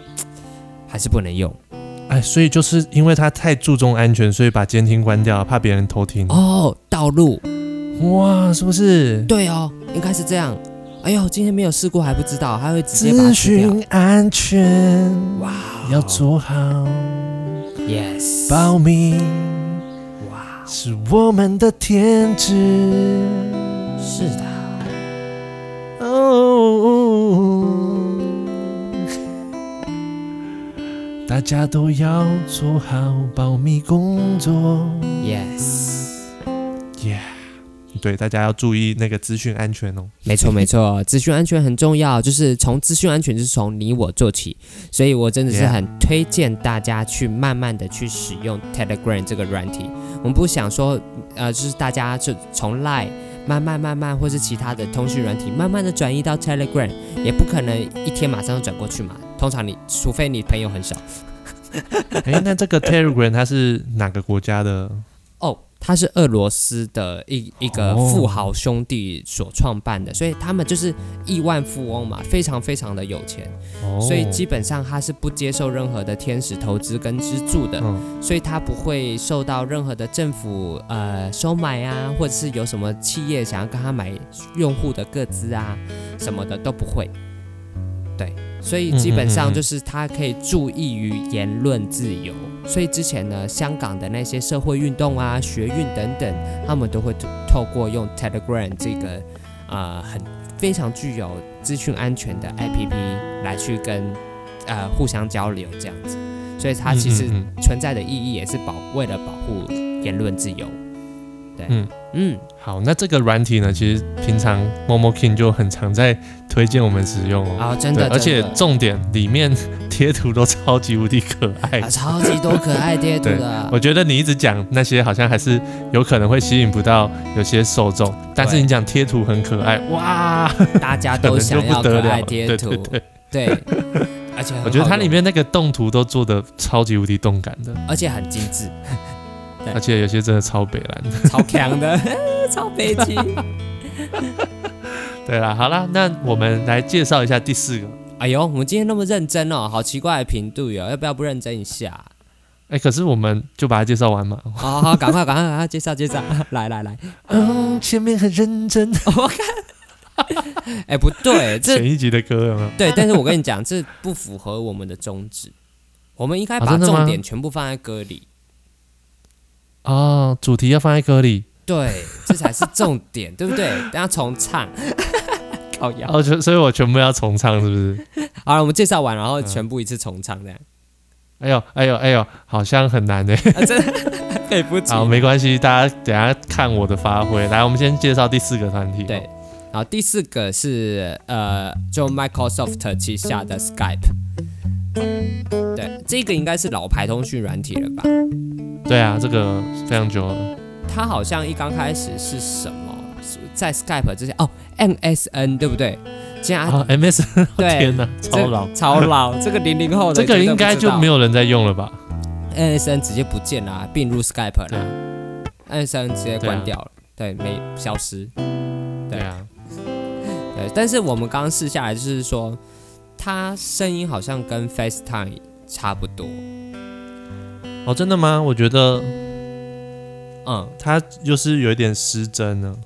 Speaker 3: 还是不能用。
Speaker 2: 哎，所以就是因为他太注重安全，所以把监听关掉，怕别人偷听。
Speaker 3: 哦，道路，
Speaker 2: 哇，是不是？
Speaker 3: 对哦，应该是这样。哎呦，今天没有试过还不知道，他会直接把它
Speaker 1: 咨
Speaker 3: 吃掉。
Speaker 1: 询安全，
Speaker 3: 哇，
Speaker 1: 要做好
Speaker 3: yes，
Speaker 1: 保密，
Speaker 3: 哇，
Speaker 1: 是我们的天职。
Speaker 3: 是的，
Speaker 1: 哦，
Speaker 2: 大家都要做好保密工作。
Speaker 3: yes，
Speaker 2: 对，大家要注意那个资讯安全 哦。
Speaker 3: 没错没错，资讯安全很重要，就是从资讯安全就是从你我做起，所以我真的是
Speaker 2: Yeah
Speaker 3: 很推荐大家去慢慢的去使用 Telegram 这个软体。我们不想说，呃，就是大家就从 Line 慢慢慢慢，或是其他的通讯软体，慢慢的转移到 Telegram，也不可能一天马上就转过去嘛。通常你，除非你朋友很少。
Speaker 2: 哎，那这个 Telegram 它是哪个国家的？
Speaker 3: 哦，他是俄罗斯的一一个
Speaker 2: 哦
Speaker 3: 富豪兄弟所创办的，所以他们就是亿万富翁嘛，非常非常的有钱，
Speaker 2: 哦，
Speaker 3: 所以基本上他是不接受任何的天使投资跟资助的，
Speaker 2: 嗯
Speaker 3: 所以他不会受到任何的政府呃收买啊，或者是有什么企业想要跟他买用户的个资啊什么的都不会。对，所以基
Speaker 2: 嗯
Speaker 3: 本
Speaker 2: 嗯嗯
Speaker 3: 上
Speaker 2: 嗯
Speaker 3: 就是他可以注意于言论自由。所以之前呢，香港的那些社会运动啊、学运等等，他们都会透透过用 Telegram 这个呃很非常具有资讯安全的 APP 来去跟呃互相交流这样子。所以它其实
Speaker 2: 嗯嗯
Speaker 3: 存在的意义也是保为了保护言论自由。对，
Speaker 2: 嗯
Speaker 3: 嗯嗯，
Speaker 2: 嗯好，那这个软体呢，其实平常 Momo King 就很常在推荐我们使用哦。
Speaker 3: 啊，真
Speaker 2: 对，
Speaker 3: 的，
Speaker 2: 而且
Speaker 3: 真的
Speaker 2: 重点里面贴图都超级无敌可爱
Speaker 3: 啊，。超级多可爱贴图
Speaker 2: 哎对
Speaker 3: 的
Speaker 2: 我，觉得你一直讲那些，好像还是有可能会吸引不到有些受众。但是
Speaker 3: 对
Speaker 2: 你讲贴图很可爱，哇，
Speaker 3: 大家
Speaker 2: 可
Speaker 3: 都
Speaker 2: 能就
Speaker 3: 想
Speaker 2: 不
Speaker 3: 要
Speaker 2: 得
Speaker 3: 可
Speaker 2: 了
Speaker 3: 爱
Speaker 2: 了。
Speaker 3: 贴
Speaker 2: 对
Speaker 3: 图
Speaker 2: 对，对，
Speaker 3: 对，而且很
Speaker 2: 我觉得
Speaker 3: 好
Speaker 2: 它
Speaker 3: 用
Speaker 2: 里，面那个动图都做的超级无敌动感的，
Speaker 3: 而且很精致，对
Speaker 2: 而且有些真的超北蓝的。
Speaker 3: 超强的， 超悲情。
Speaker 2: 对啦，好啦，那我们来介绍一下第四个。
Speaker 3: 哎呦，我们今天那么认真哦，好奇怪的频度哟，要不要不认真一下？
Speaker 2: 哎，可是我们就把它介绍完嘛。
Speaker 3: 好好好，赶快赶快赶快介绍介绍，来来来，
Speaker 1: 哦，前面很认真，
Speaker 3: 哎不对，这
Speaker 2: 前一集的歌 有没有？
Speaker 3: 对，但是我跟你讲，这不符合我们的宗旨。我们应该
Speaker 2: 啊
Speaker 3: 把
Speaker 2: 真的吗
Speaker 3: 重点全部放在歌里，
Speaker 2: 哦，主题要放在歌里。
Speaker 3: 对，这才是重点，对不对？等下重唱，靠腰。
Speaker 2: 哦，就所以我全部要重唱，是不是？
Speaker 3: 好了，我们介绍完，然后全部一次重唱，这样、
Speaker 2: 哎呦，哎呦，哎呦，好像很难哎。
Speaker 3: 啊、真的对不起。
Speaker 2: 好，没关系，大家等一下看我的发挥。来，我们先介绍第四个团体。
Speaker 3: 对，然后第四个是呃，就 Microsoft 旗下的 Skype。对，这个应该是老牌通讯软体了吧？
Speaker 2: 对啊，这个非常久了。
Speaker 3: 它好像一刚开始是什么，是在 Skype 之前哦，MSN 对不对？加、
Speaker 2: 啊，MS，
Speaker 3: 对
Speaker 2: 天哪，
Speaker 3: 这
Speaker 2: 超老。
Speaker 3: 超老，这个零零后的
Speaker 2: 这个应该就没有人在用了吧？
Speaker 3: NSN 直接不见啦，并入 Skype
Speaker 2: 对啊
Speaker 3: 啦，NSN 直接
Speaker 2: 对啊
Speaker 3: 关掉了，对，没消失。
Speaker 2: 对啊，
Speaker 3: 对，但是我们刚刚试下来，就是说它声音好像跟 FaceTime 差不多，
Speaker 2: 哦，真的吗？我觉得
Speaker 3: 嗯，
Speaker 2: 它就是有一点失真了。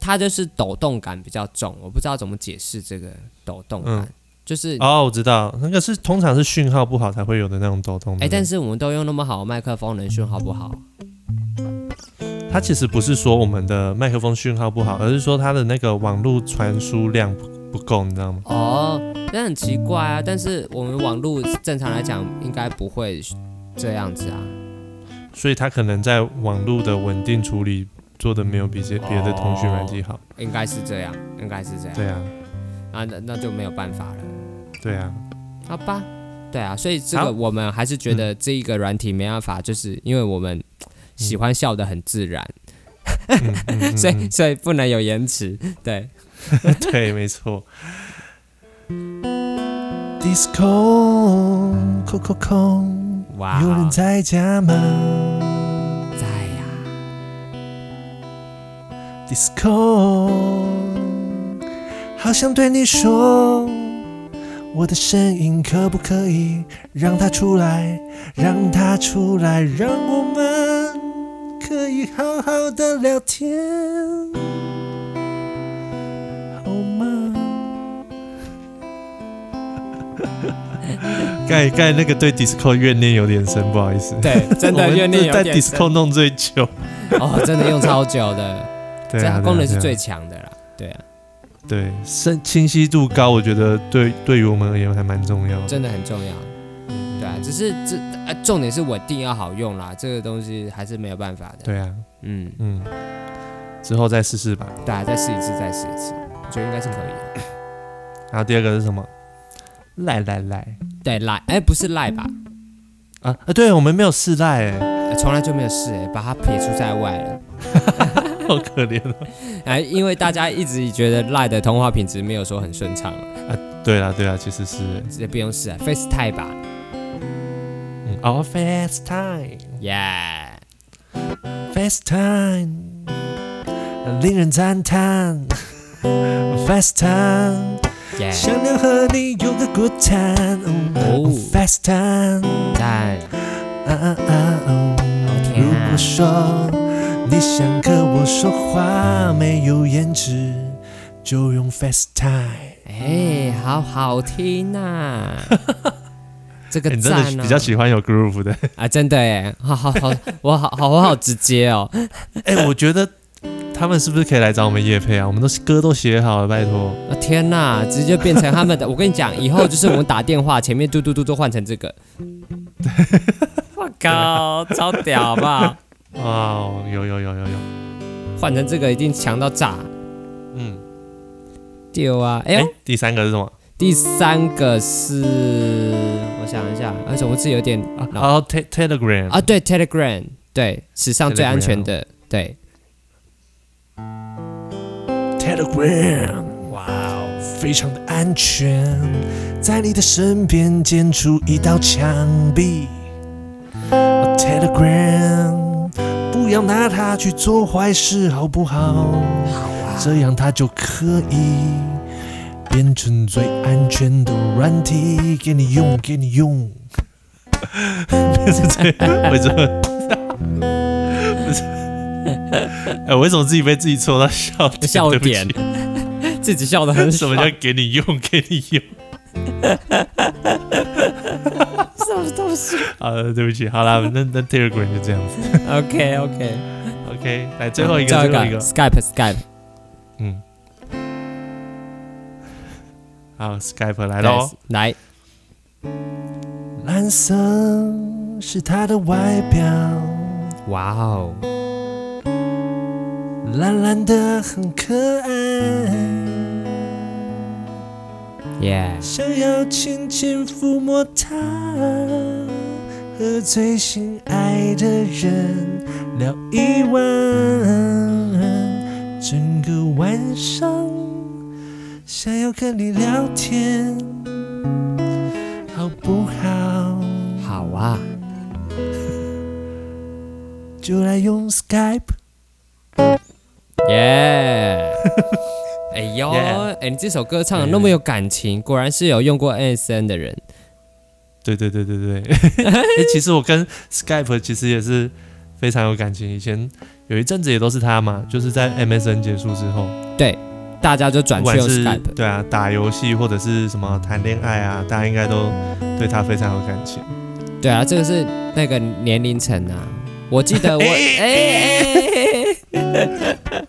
Speaker 3: 它就是抖动感比较重，我不知道怎么解释这个抖动感，
Speaker 2: 嗯
Speaker 3: 就是哎、
Speaker 2: 哦，我知道，那个是通常是讯号不好才会有的那种抖动。对不对
Speaker 3: 哎但是我们都用那么好的麦克风，能讯好不好？
Speaker 2: 它其实不是说我们的麦克风讯号不好，
Speaker 3: 嗯
Speaker 2: 而是说它的那个网络传输量不不够，你知道吗？
Speaker 3: 哦，那很奇怪啊，但是我们网络正常来讲应该不会这样子啊。
Speaker 2: 所以它可能在网络的稳定处理做的没有比这别的通讯软体好。
Speaker 3: 应该是这样，应该是这样。
Speaker 2: 对啊，
Speaker 3: 啊，那那就没有办法了，
Speaker 2: 对啊，
Speaker 3: 好吧？对啊，所以这
Speaker 2: 好
Speaker 3: 个我们还是觉得这一个软体没办法，就是因为我们喜欢笑得很自然，
Speaker 2: 嗯嗯嗯
Speaker 3: 所以所以不能有延迟。对，
Speaker 2: 对，没错。
Speaker 1: Disco，空空空，
Speaker 3: 哇，
Speaker 1: 有人在家吗
Speaker 3: 在呀、
Speaker 1: ？Disco，好想对你说，我的声音可不可以让它出来，让它出来，让我们可以好好的聊天，好 吗？
Speaker 2: 盖盖那个对 disco 怨念有点深，不好意思。
Speaker 3: 对，真的怨念有
Speaker 2: 在
Speaker 3: 点深
Speaker 2: disco 弄最久。
Speaker 3: 哦，真的用超久的，
Speaker 2: 对
Speaker 3: 这
Speaker 2: 啊，
Speaker 3: 它功能是
Speaker 2: 对
Speaker 3: 最
Speaker 2: 啊
Speaker 3: 强的啦。对啊，
Speaker 2: 对声清晰度高，我觉得对对于我们而言还蛮重要的。
Speaker 3: 真的很重要。
Speaker 2: 嗯
Speaker 3: 对啊，只是这啊，重点是稳定要好用啦，这个东西还是没有办法的。，
Speaker 2: 对啊，
Speaker 3: 嗯，
Speaker 2: 嗯，之后再试试吧。
Speaker 3: 对啊，再试一次，再试一次，我觉得应该是可以的。
Speaker 2: 然后第二个是什么？赖赖赖
Speaker 3: 对，赖，哎，不是赖吧？
Speaker 2: 啊啊！对我们没有试赖，哎，
Speaker 3: 呃从来就没有试、哎，把它撇除在外了。
Speaker 2: 好可怜哦。
Speaker 3: 哎，因为大家一直觉得赖的通话品质没有说很顺畅嘛，
Speaker 2: 对啦对啦，其实是哎
Speaker 3: 直接不用试啊，FaceTime 吧
Speaker 2: 嗯哦，FaceTime，FaceTime，
Speaker 3: ，Yeah，
Speaker 1: 令人赞 叹，FaceTime。
Speaker 3: Yeah，
Speaker 1: 想要和你有个 good time，
Speaker 2: 嗯
Speaker 3: 哦
Speaker 1: 哦，fast time，
Speaker 3: 赞，
Speaker 1: 啊啊啊哦
Speaker 3: 好甜
Speaker 1: 如
Speaker 3: 啊
Speaker 1: 果说你想和我说话没有颜值，就用 fast time。
Speaker 3: 哎，好好听呐、 这个
Speaker 2: 哎你真
Speaker 3: 赞、啊
Speaker 2: 的比较喜欢有 groove 的。
Speaker 3: 啊，真的哎，好好好，我好好我好直接哦，
Speaker 2: 哎、我觉得他们是不是可以来找我们叶配啊？我们都歌都写好了，拜托。
Speaker 3: 啊天呐，直接变成他们的。我跟你讲，以后就是我们打电话前面嘟嘟嘟都换成这个。我靠，超屌好不好？
Speaker 2: 哇、哦，有有有有有，
Speaker 3: 换成这个一定强到炸。
Speaker 2: 嗯，
Speaker 3: 丢啊！哎
Speaker 2: 哎、
Speaker 3: 呦、
Speaker 2: 第三个是什么？
Speaker 3: 第三个是，我想一下，而且我自己有点
Speaker 2: 啊，
Speaker 3: 脑
Speaker 2: 哦，Te Telegram
Speaker 3: 啊，对，Telegram，对，史上最安全的，对，
Speaker 1: Telegram，哇哦，非常的安全，在你的身边建出一道墙壁。哦 Telegram，不要拿它去做坏事，好不好？
Speaker 3: 啊
Speaker 1: 这样它就可以变成最安全的软体，给你用，给你用。
Speaker 2: 是这样，为什么？不是，哎、我为什么自己被自己戳到笑点？
Speaker 3: 笑
Speaker 2: 对不起
Speaker 3: 点，自己笑得很
Speaker 2: 什
Speaker 3: 爽
Speaker 2: 么叫给你用？给你用？
Speaker 3: 什么东西
Speaker 2: 好的，啊对不起，好啦，那那 Telegram 就这样子。
Speaker 3: ？OK OK，
Speaker 2: OK，来最
Speaker 1: 嗯
Speaker 2: 后一
Speaker 3: 最
Speaker 2: 个，最后一个，
Speaker 3: Skype Skype，
Speaker 2: 嗯，好，Skype 来喽。
Speaker 3: 来，
Speaker 1: 蓝色是它的外表，
Speaker 3: 哇哦，
Speaker 1: 蓝蓝的很可爱。
Speaker 3: 耶，
Speaker 1: 想要轻轻抚摸它，和最心爱的人聊一晚，整个晚上想要跟你聊天，好不好？
Speaker 3: 好啊，
Speaker 1: 就来用 Skype。
Speaker 3: 耶。哎呦，
Speaker 2: Yeah
Speaker 3: 哎，你这首歌唱的那么有感情，果然是有用过 NSN 的人。
Speaker 2: 对对对对 对，欸、其实我跟 Skype 其实也是非常有感情，以前有一阵子也都是他嘛，就是在 MSN 结束之后，
Speaker 3: 大家就
Speaker 2: 不
Speaker 3: 转去
Speaker 2: 管
Speaker 3: 用
Speaker 2: 是
Speaker 3: Skype，
Speaker 2: 对啊打游戏或者是什么谈恋爱啊，大家应该都对他非常有感情。
Speaker 3: 对啊，这个是那个年龄层啊。我记得我 哎哎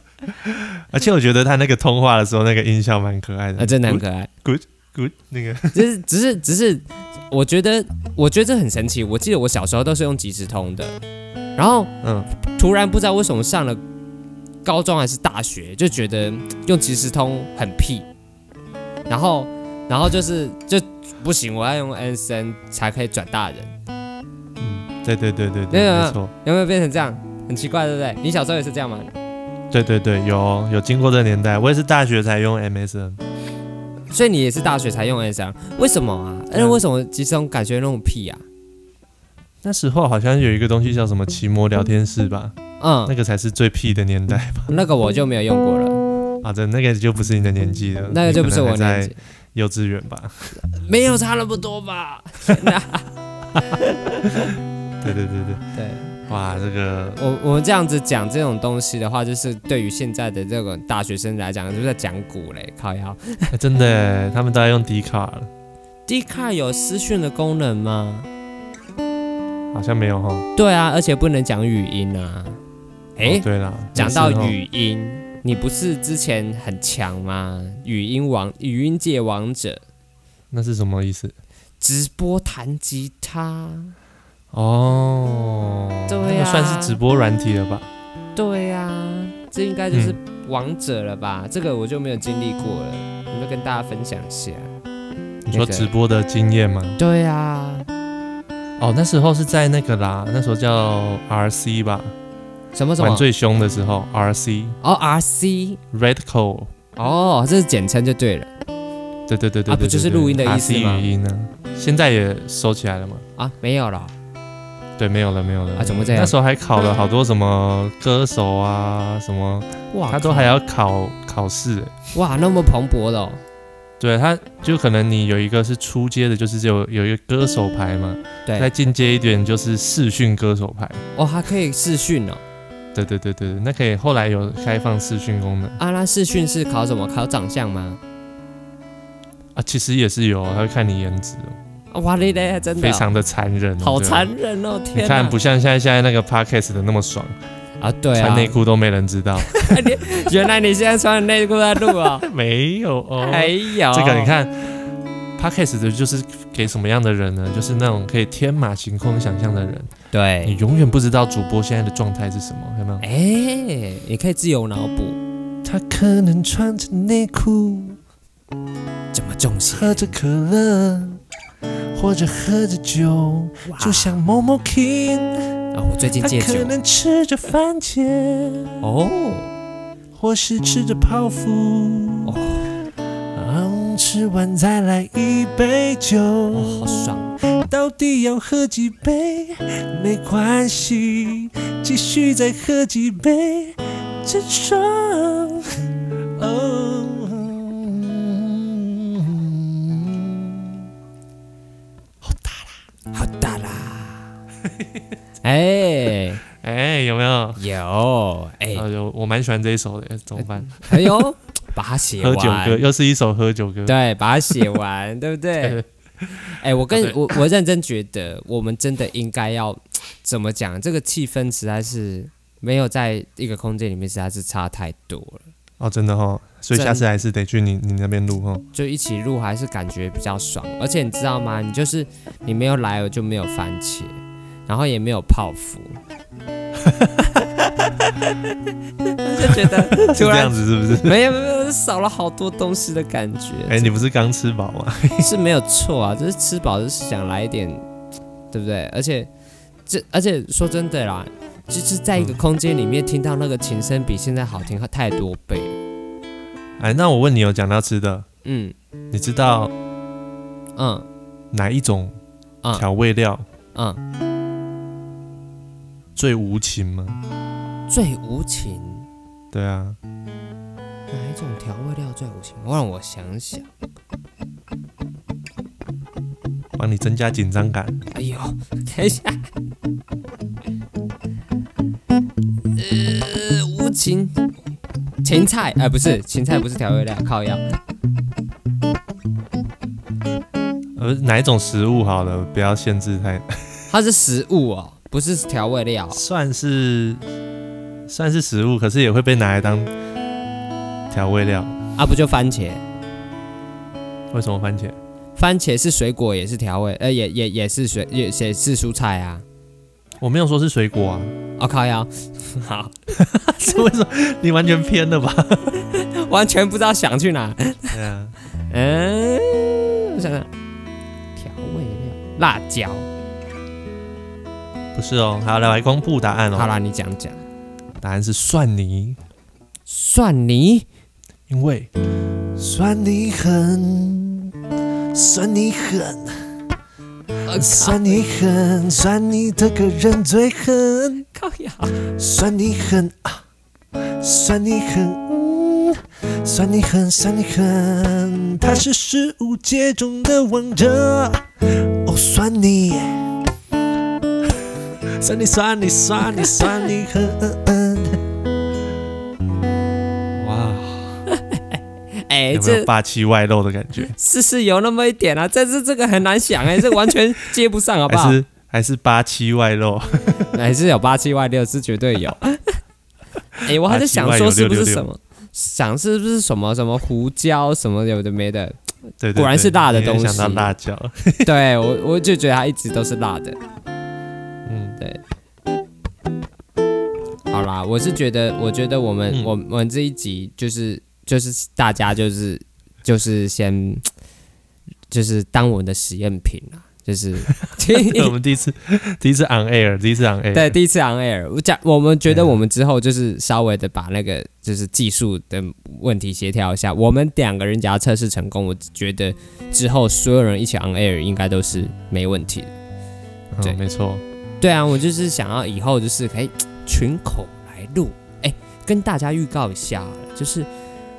Speaker 2: 而且我觉得他那个通话的时候那个音效蛮可爱的，
Speaker 3: 啊，真的很可爱。
Speaker 2: good, good 那个
Speaker 3: 只是只是只是，我觉得我觉得这很神奇。我记得我小时候都是用即时通的，然后
Speaker 2: 嗯
Speaker 3: 突然不知道为什么上了高中还是大学，就觉得嗯用即时通很屁，然后然后就是就不行，我要用 NSN 才可以转大人，
Speaker 2: 嗯，对对对对
Speaker 3: 对
Speaker 2: 对，
Speaker 3: 啊
Speaker 2: 没错，
Speaker 3: 有没有变成这样？很奇怪，对不对？你小时候也是这样吗？
Speaker 2: 对对对，有哦有经过这个年代，我也是大学才用 MSN，
Speaker 3: 所以你也是大学才用 NSN，为什么啊？那、为什么即时通感觉那种屁啊？
Speaker 2: 那时候好像有一个东西叫什么奇摩聊天室吧，那
Speaker 3: 嗯，
Speaker 2: 个才是最屁的年代 吧。
Speaker 3: 那个我就没有用过了，
Speaker 2: 好的，那个就不是你的年纪了，
Speaker 3: 那个就不是我
Speaker 2: 你可能
Speaker 3: 年
Speaker 2: 还
Speaker 3: 纪
Speaker 2: 在。幼稚园吧？
Speaker 3: 没有差那么多吧？
Speaker 2: 对对对对，
Speaker 3: 对
Speaker 2: 哇，这个
Speaker 3: 我我们这样子讲这种东西的话，就是对于现在的这种大学生来讲，就是在讲古嘞，靠腰。
Speaker 2: 哎真的耶，他们都在用迪卡了，
Speaker 3: d 卡有私讯的功能吗？
Speaker 2: 好像没有哈。
Speaker 3: 对啊，而且不能讲语音啊。哎、
Speaker 2: 哦对啦，
Speaker 3: 讲到
Speaker 2: 也是齁，哦
Speaker 3: 语音，你不是之前很强吗？语音王，语音界王者，
Speaker 2: 那是什么意思？
Speaker 3: 直播弹吉他。
Speaker 2: 哦，
Speaker 3: 对
Speaker 2: 那个
Speaker 3: 啊
Speaker 2: 算是直播软体了吧？
Speaker 3: 对呀、这应该
Speaker 2: 嗯
Speaker 3: 就是王者了吧？这个我就没有经历过了，我就跟大家分享一下。
Speaker 2: 你说
Speaker 3: 那个
Speaker 2: 直播的经验吗？
Speaker 3: 对啊，
Speaker 2: 哦，那时候是在那个啦，那时候叫 RC 吧，
Speaker 3: 什么什
Speaker 2: 玩
Speaker 3: 么？
Speaker 2: 最凶的时候，RC
Speaker 3: 哦，RC，
Speaker 2: Red Call，
Speaker 3: 哦，这是简称就对了
Speaker 2: 对对对对对
Speaker 3: 啊不就是录音的意思吗
Speaker 2: r c 语音呢，现在也收起来了嘛？
Speaker 3: 啊，没有了
Speaker 2: 对，没有了，没有了。
Speaker 3: 啊，怎么这样
Speaker 2: 那？时候还考了好多什么歌手啊，什么
Speaker 3: 哇，
Speaker 2: 他都
Speaker 3: 靠
Speaker 2: 还要考考试欸、
Speaker 3: 哇，那么蓬勃的、哦，
Speaker 2: 对，他就可能你有一个是初阶的，就是有有一个歌手牌嘛，
Speaker 3: 对
Speaker 2: 再进阶一点就是视讯歌手牌。
Speaker 3: 哦，还可以视讯哦。
Speaker 2: 对对对对，对那可以后来有开放视讯功能
Speaker 3: 啊，那视讯是考什么？考长相吗？
Speaker 2: 啊，其实也是有，他会看你颜值哦，
Speaker 3: 啊哇嘞嘞，真的
Speaker 2: 非
Speaker 3: 哦、
Speaker 2: 常的残忍哦，
Speaker 3: 好
Speaker 2: 对
Speaker 3: 残忍哦！
Speaker 2: 你
Speaker 3: 天哪，
Speaker 2: 看，不像现在现在那个 podcast 的那么爽，
Speaker 3: 啊？对
Speaker 2: 穿
Speaker 3: 啊，
Speaker 2: 内裤都没人知道。
Speaker 3: 原来你现在穿的内裤在录啊、
Speaker 2: 没有哦，
Speaker 3: 哦？没有，
Speaker 2: 这个你看，podcast 的就是给什么样的人呢？就是那种可以天马行空想象的人，
Speaker 3: 对
Speaker 2: 你永远不知道主播现在的状态是什么，有没有？
Speaker 3: 哎、你可以自由脑补，
Speaker 1: 他可能穿着内裤，
Speaker 3: 怎么中邪？
Speaker 1: 喝着可乐，或者喝着酒，
Speaker 3: 哇
Speaker 1: 就像某某 King。
Speaker 3: 啊，我最近
Speaker 1: 他
Speaker 3: 戒
Speaker 1: 可
Speaker 3: 啊酒
Speaker 1: 能吃着番茄，
Speaker 3: 哦，
Speaker 1: 或是吃着泡芙。
Speaker 3: 哦
Speaker 1: 嗯，吃完再来一杯酒。
Speaker 3: 哦，好爽，
Speaker 1: 到底要喝几杯？没关系，继续再喝几杯，真爽。哦。
Speaker 3: 好大啦！ 哎、
Speaker 2: 哎、有没有？
Speaker 3: 有哎、
Speaker 2: 哎呦，我蛮喜欢这一首的，怎么办？
Speaker 3: 哎呦，把它写
Speaker 2: 喝酒歌
Speaker 3: 完，
Speaker 2: 又是一首喝酒歌，
Speaker 3: 对，把它写完，对不对
Speaker 2: 对？
Speaker 3: 哎、我跟
Speaker 2: 啊对
Speaker 3: 我我认真觉得，我们真的应该要怎么讲？这个气氛实在是没有在一个空间里面，实在是差太多了。
Speaker 2: 哦，真的哦，所以
Speaker 3: 真
Speaker 2: 下次还是得去你你那边录哦。
Speaker 3: 就一起录还是感觉比较爽。而且你知道吗？你就是你没有来，我就没有番茄，然后也没有泡芙，就觉 得
Speaker 2: 是
Speaker 3: 突
Speaker 2: 这样
Speaker 3: 然
Speaker 2: 子是不是？
Speaker 3: 没有没有没有少了好多东西的感觉。
Speaker 2: 哎、你不是刚吃饱啊吗？
Speaker 3: 是没有错啊，就是吃饱就是想来一点，对不对？而且这而且说真的啦，就是在一个空间里面听到那个琴声比现在好听太多倍了。
Speaker 2: 哎，那我问你，有讲到吃的，
Speaker 3: 嗯
Speaker 2: 你知道
Speaker 3: 嗯
Speaker 2: 哪一种
Speaker 3: 嗯
Speaker 2: 调味料
Speaker 3: 嗯，
Speaker 2: 最无情吗？
Speaker 3: 最无情。
Speaker 2: 对啊，
Speaker 3: 哪一种调味料最无情？我让我想想，
Speaker 2: 帮你增加紧张感。
Speaker 3: 哎呦，等一下，呃，无情，芹菜，哎、不是，芹菜不是调味料，靠药，
Speaker 2: 呃，哪一种食物好了，不要限制太，
Speaker 3: 它是食物哦，不是调味料哦、
Speaker 2: 算是算是食物，可是也会被拿来当调味料。
Speaker 3: 啊，不就番茄？
Speaker 2: 为什么番茄？
Speaker 3: 番茄是水果，也是调味，呃，也也也是水，也也是蔬菜啊。
Speaker 2: 我没有说是水果 啊，
Speaker 3: 哦，靠腰，好，
Speaker 2: 这为什么？你完全偏了吧？
Speaker 3: 完全不知道想去哪。
Speaker 2: 对啊，
Speaker 3: 嗯，我想想，调味料，辣椒。
Speaker 2: 不是哦。好，来来公布答案哦。
Speaker 3: 好啦，你讲讲。
Speaker 2: 答案是蒜泥，
Speaker 3: 蒜泥，
Speaker 2: 因为
Speaker 1: 算你狠，算你狠，
Speaker 3: 呃
Speaker 1: 算你狠，算你这个人最狠，
Speaker 3: 靠靠腰，
Speaker 1: 算你狠啊，算你狠，嗯，算你狠，算你狠，他是食物界中的王者。哦，算你， 算你，算你，算你，算你狠。
Speaker 2: 哇，
Speaker 3: 哎、
Speaker 2: 有没
Speaker 3: 这
Speaker 2: 有霸气外露的感觉？
Speaker 3: 是是有那么一点啊，但是这个很难想 哎、这完全接不上好不好
Speaker 2: 还？是还是霸气外 露？
Speaker 3: 还是有八七外六是绝 对有。哎、我还在想说是不是什么，想是不是什么什么胡椒什么有的没的，
Speaker 2: 对对对，
Speaker 3: 果然是辣的
Speaker 2: 你也
Speaker 3: 东西
Speaker 2: 想到辣椒，
Speaker 3: 对我我就觉得它一直都是辣的。
Speaker 2: 嗯，
Speaker 3: 好啦，我是觉得，我觉得我们、
Speaker 2: 嗯
Speaker 3: 我我们这一集就是就是大家就是就是先 就是当我们的实验品啦，就是
Speaker 2: 对我们第一次第一次 on air，第一次 on air，
Speaker 3: 对，第一次 on air，我讲，我们觉得我们之后就是稍微的把那个就是技术的问题协调一下。我们两个人只要测试成功，我觉得之后所有人一起 on air 应该都是没问题的。
Speaker 2: 嗯
Speaker 3: 对
Speaker 2: 没错，
Speaker 3: 对啊，我就是想要以后就是可以群口来录，哎，跟大家预告一下，就是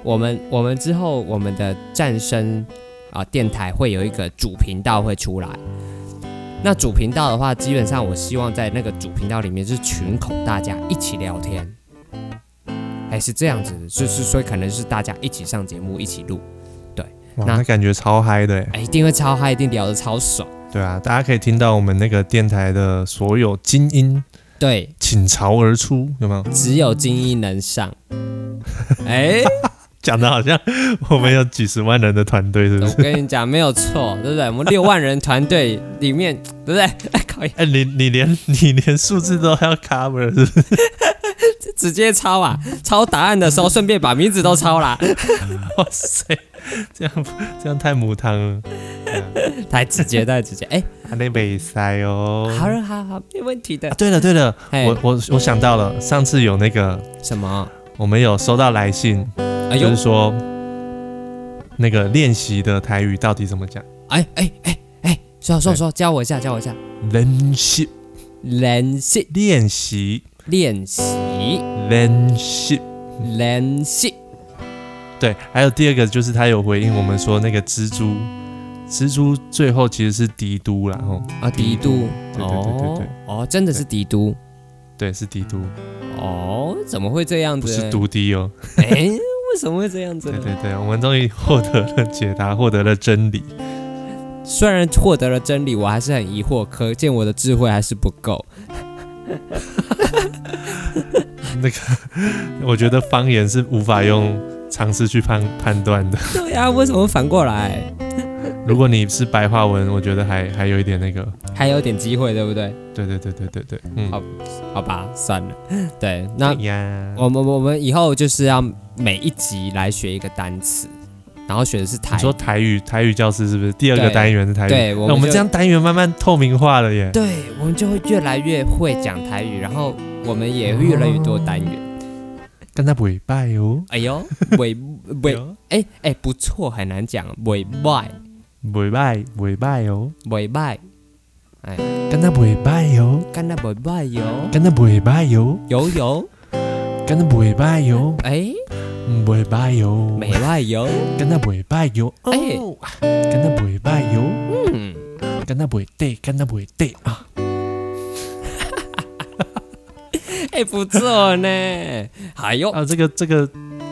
Speaker 3: 我们我们之后我们的战声啊、电台会有一个主频道会出来。那主频道的话，基本上我希望在那个主频道里面就是群口大家一起聊天，哎，是这样子的，就是所以可能是大家一起上节目一起录，
Speaker 2: 哇，
Speaker 3: 那
Speaker 2: 那感觉超嗨的耶，欸
Speaker 3: 哎，一定会超嗨，一定聊得超爽，
Speaker 2: 对啊，大家可以听到我们那个电台的所有精英
Speaker 3: 对，
Speaker 2: 倾巢而出，有没 有？
Speaker 3: 只有精英能上，哎。
Speaker 2: 讲的好像我们有几十万人的团队，是不
Speaker 3: 我
Speaker 2: 是？
Speaker 3: 跟你讲，没有错，对不对？我们六万人团队里面， 对不对？哎，靠，
Speaker 2: 哎、你你连你连数字都要 cover，是不是？
Speaker 3: 直接抄啊！抄答案的时候，顺便把名字都抄啦，
Speaker 2: 哇塞，这样这样太母汤了，
Speaker 3: 太直接，太直接。哎，
Speaker 2: 还得北塞哦。
Speaker 3: 好了，好好，没问题
Speaker 2: 啊
Speaker 3: 的。
Speaker 2: 对了对了，
Speaker 3: 哎，
Speaker 2: 我我我想到了，上次有那个
Speaker 3: 什么？
Speaker 2: 我们有收到来信，
Speaker 3: 哎
Speaker 2: 就
Speaker 3: 呦
Speaker 2: 是，说那个练习的台语到底怎么讲？
Speaker 3: 哎哎哎哎，说说说，教我一下，教我一下。
Speaker 2: 练习
Speaker 3: 练习，
Speaker 2: 练习
Speaker 3: 练习，
Speaker 2: 练习，
Speaker 3: 练习。
Speaker 2: 对。还有第二个就是他有回应我们说那个蜘蛛，蜘蛛最后其实是帝都啦，吼，
Speaker 3: 啊，帝都。
Speaker 2: 对对对对
Speaker 3: 哦
Speaker 2: 对
Speaker 3: 哦，真的是帝都。
Speaker 2: 对，是帝都，
Speaker 3: 哦，怎么会这样
Speaker 2: 不
Speaker 3: 子？
Speaker 2: 是毒滴哦。
Speaker 3: 哎，为什么会这样子
Speaker 2: 对
Speaker 3: 呢？
Speaker 2: 对对，我们终于获得了解答，获得了真理。
Speaker 3: 虽然获得了真理，我还是很疑惑，可见我的智慧还是不 够。
Speaker 2: 我觉得方言是无法用常识去判判断的。
Speaker 3: 对呀、为什么反过来
Speaker 2: 如果你是白话文，我觉得还还有一点那个。
Speaker 3: 还有点机会，对不对？
Speaker 2: 对对对对对对，嗯，
Speaker 3: 好好吧，算了。 对，那
Speaker 2: 对呀，
Speaker 3: 我们我们以后就是要每一集来学一个单词，然后学的是台
Speaker 2: 你。说台语台语教师是不是第二个
Speaker 3: 对
Speaker 2: 单元是台语？
Speaker 3: 对，
Speaker 2: 那
Speaker 3: 我
Speaker 2: 我们
Speaker 3: 就
Speaker 2: 这样，单元慢慢透明化了耶。
Speaker 3: 对我们就会越来越会讲台语，然后我们也越来越多单元。
Speaker 2: 跟他尾拜哦，
Speaker 3: 哎呦，尾尾，哎哎，不错，很难讲，尾拜
Speaker 2: 尾拜尾拜哦，
Speaker 3: 尾拜，
Speaker 2: 跟他尾拜哦，
Speaker 3: 干那尾拜哟，
Speaker 2: 跟他尾拜哦，
Speaker 3: 有有，
Speaker 2: 跟他尾拜哦，
Speaker 3: 哎，
Speaker 2: 尾拜哦，
Speaker 3: 美外有。
Speaker 2: 跟他尾拜哦，
Speaker 3: 哎
Speaker 2: 哦，跟他尾拜哦，
Speaker 3: 嗯，
Speaker 2: 跟他尾对，跟他尾对啊，
Speaker 3: 哎、不错呢。哎呦，
Speaker 2: 啊，这个这个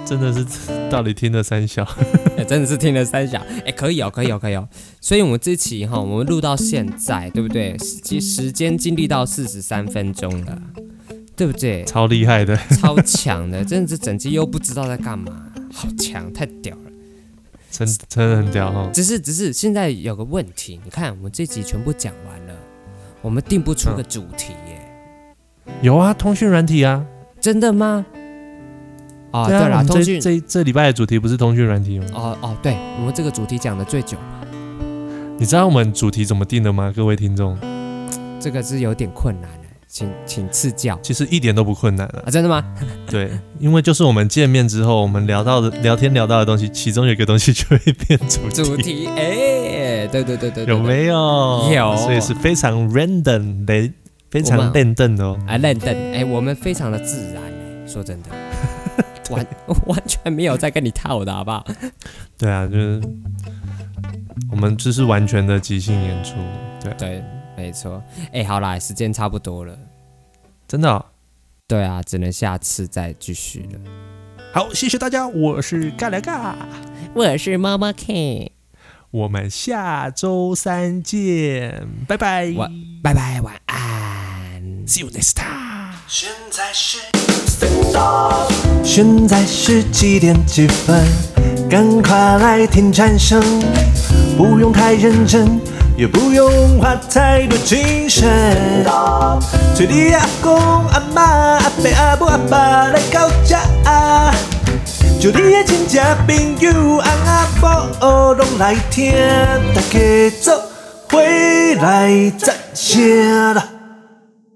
Speaker 2: 真的是 到底听了三小，？
Speaker 3: 哎真的是听了三响，哎、可以哦，可以哦，可以哦。所以我们这期哈，我们录到现在，对不对？其实时间经历到四十三分钟了，对不对
Speaker 2: 超厉害的，
Speaker 3: 超强 的，真的是整集又不知道在干嘛，好强，太屌了。
Speaker 2: 真真的很屌哦。
Speaker 3: 只是只是现在有个问题，你看我们这集全部讲完了，我们定不出个主题耶，
Speaker 2: 有啊，通讯软体啊，
Speaker 3: 真的吗？哦，对
Speaker 2: 啊，我
Speaker 3: 啦，
Speaker 2: 们
Speaker 3: 通讯
Speaker 2: 这，这这礼拜的主题不是通讯软体吗？
Speaker 3: 哦哦，对我们这个主题讲的最久。
Speaker 2: 你知道我们主题怎么定的吗？各位听众，
Speaker 3: 这个是有点困难的，请请赐教
Speaker 2: 其实一点都不困难啊。
Speaker 3: 啊！真的吗？
Speaker 2: 对，因为就是我们见面之后，我们聊到的聊天聊到的东西，其中有一个东西就会变主题，
Speaker 3: 主题哎，对对对对对，
Speaker 2: 有没有？
Speaker 3: 有
Speaker 2: 所以是非常 random 的，非
Speaker 3: 我们
Speaker 2: 常 random 的哦。
Speaker 3: 啊？认真哎，我们非常的自然哎，说真的，完 完全没有在跟你套的好不好？
Speaker 2: 对啊，就是我们就是完全的即兴演出，对，
Speaker 3: 对，没错。哎，好啦，时间差不多了。
Speaker 2: 真的哦、
Speaker 3: 对啊，只能下次再继续了。
Speaker 2: 好，谢谢大家，我是尬聊尬，
Speaker 3: 我是妈妈 K，
Speaker 2: 我们下周三见，拜拜
Speaker 3: 晚拜拜，晚安。
Speaker 2: ，See you next time。
Speaker 1: 现在是现在是几点几分？赶快来听蝉声，不用太认真，也不用花太多精神。催你阿公阿妈阿伯阿母阿爸来到家，就你的亲戚朋友翁阿婆拢来听，大家做伙来赞声啦！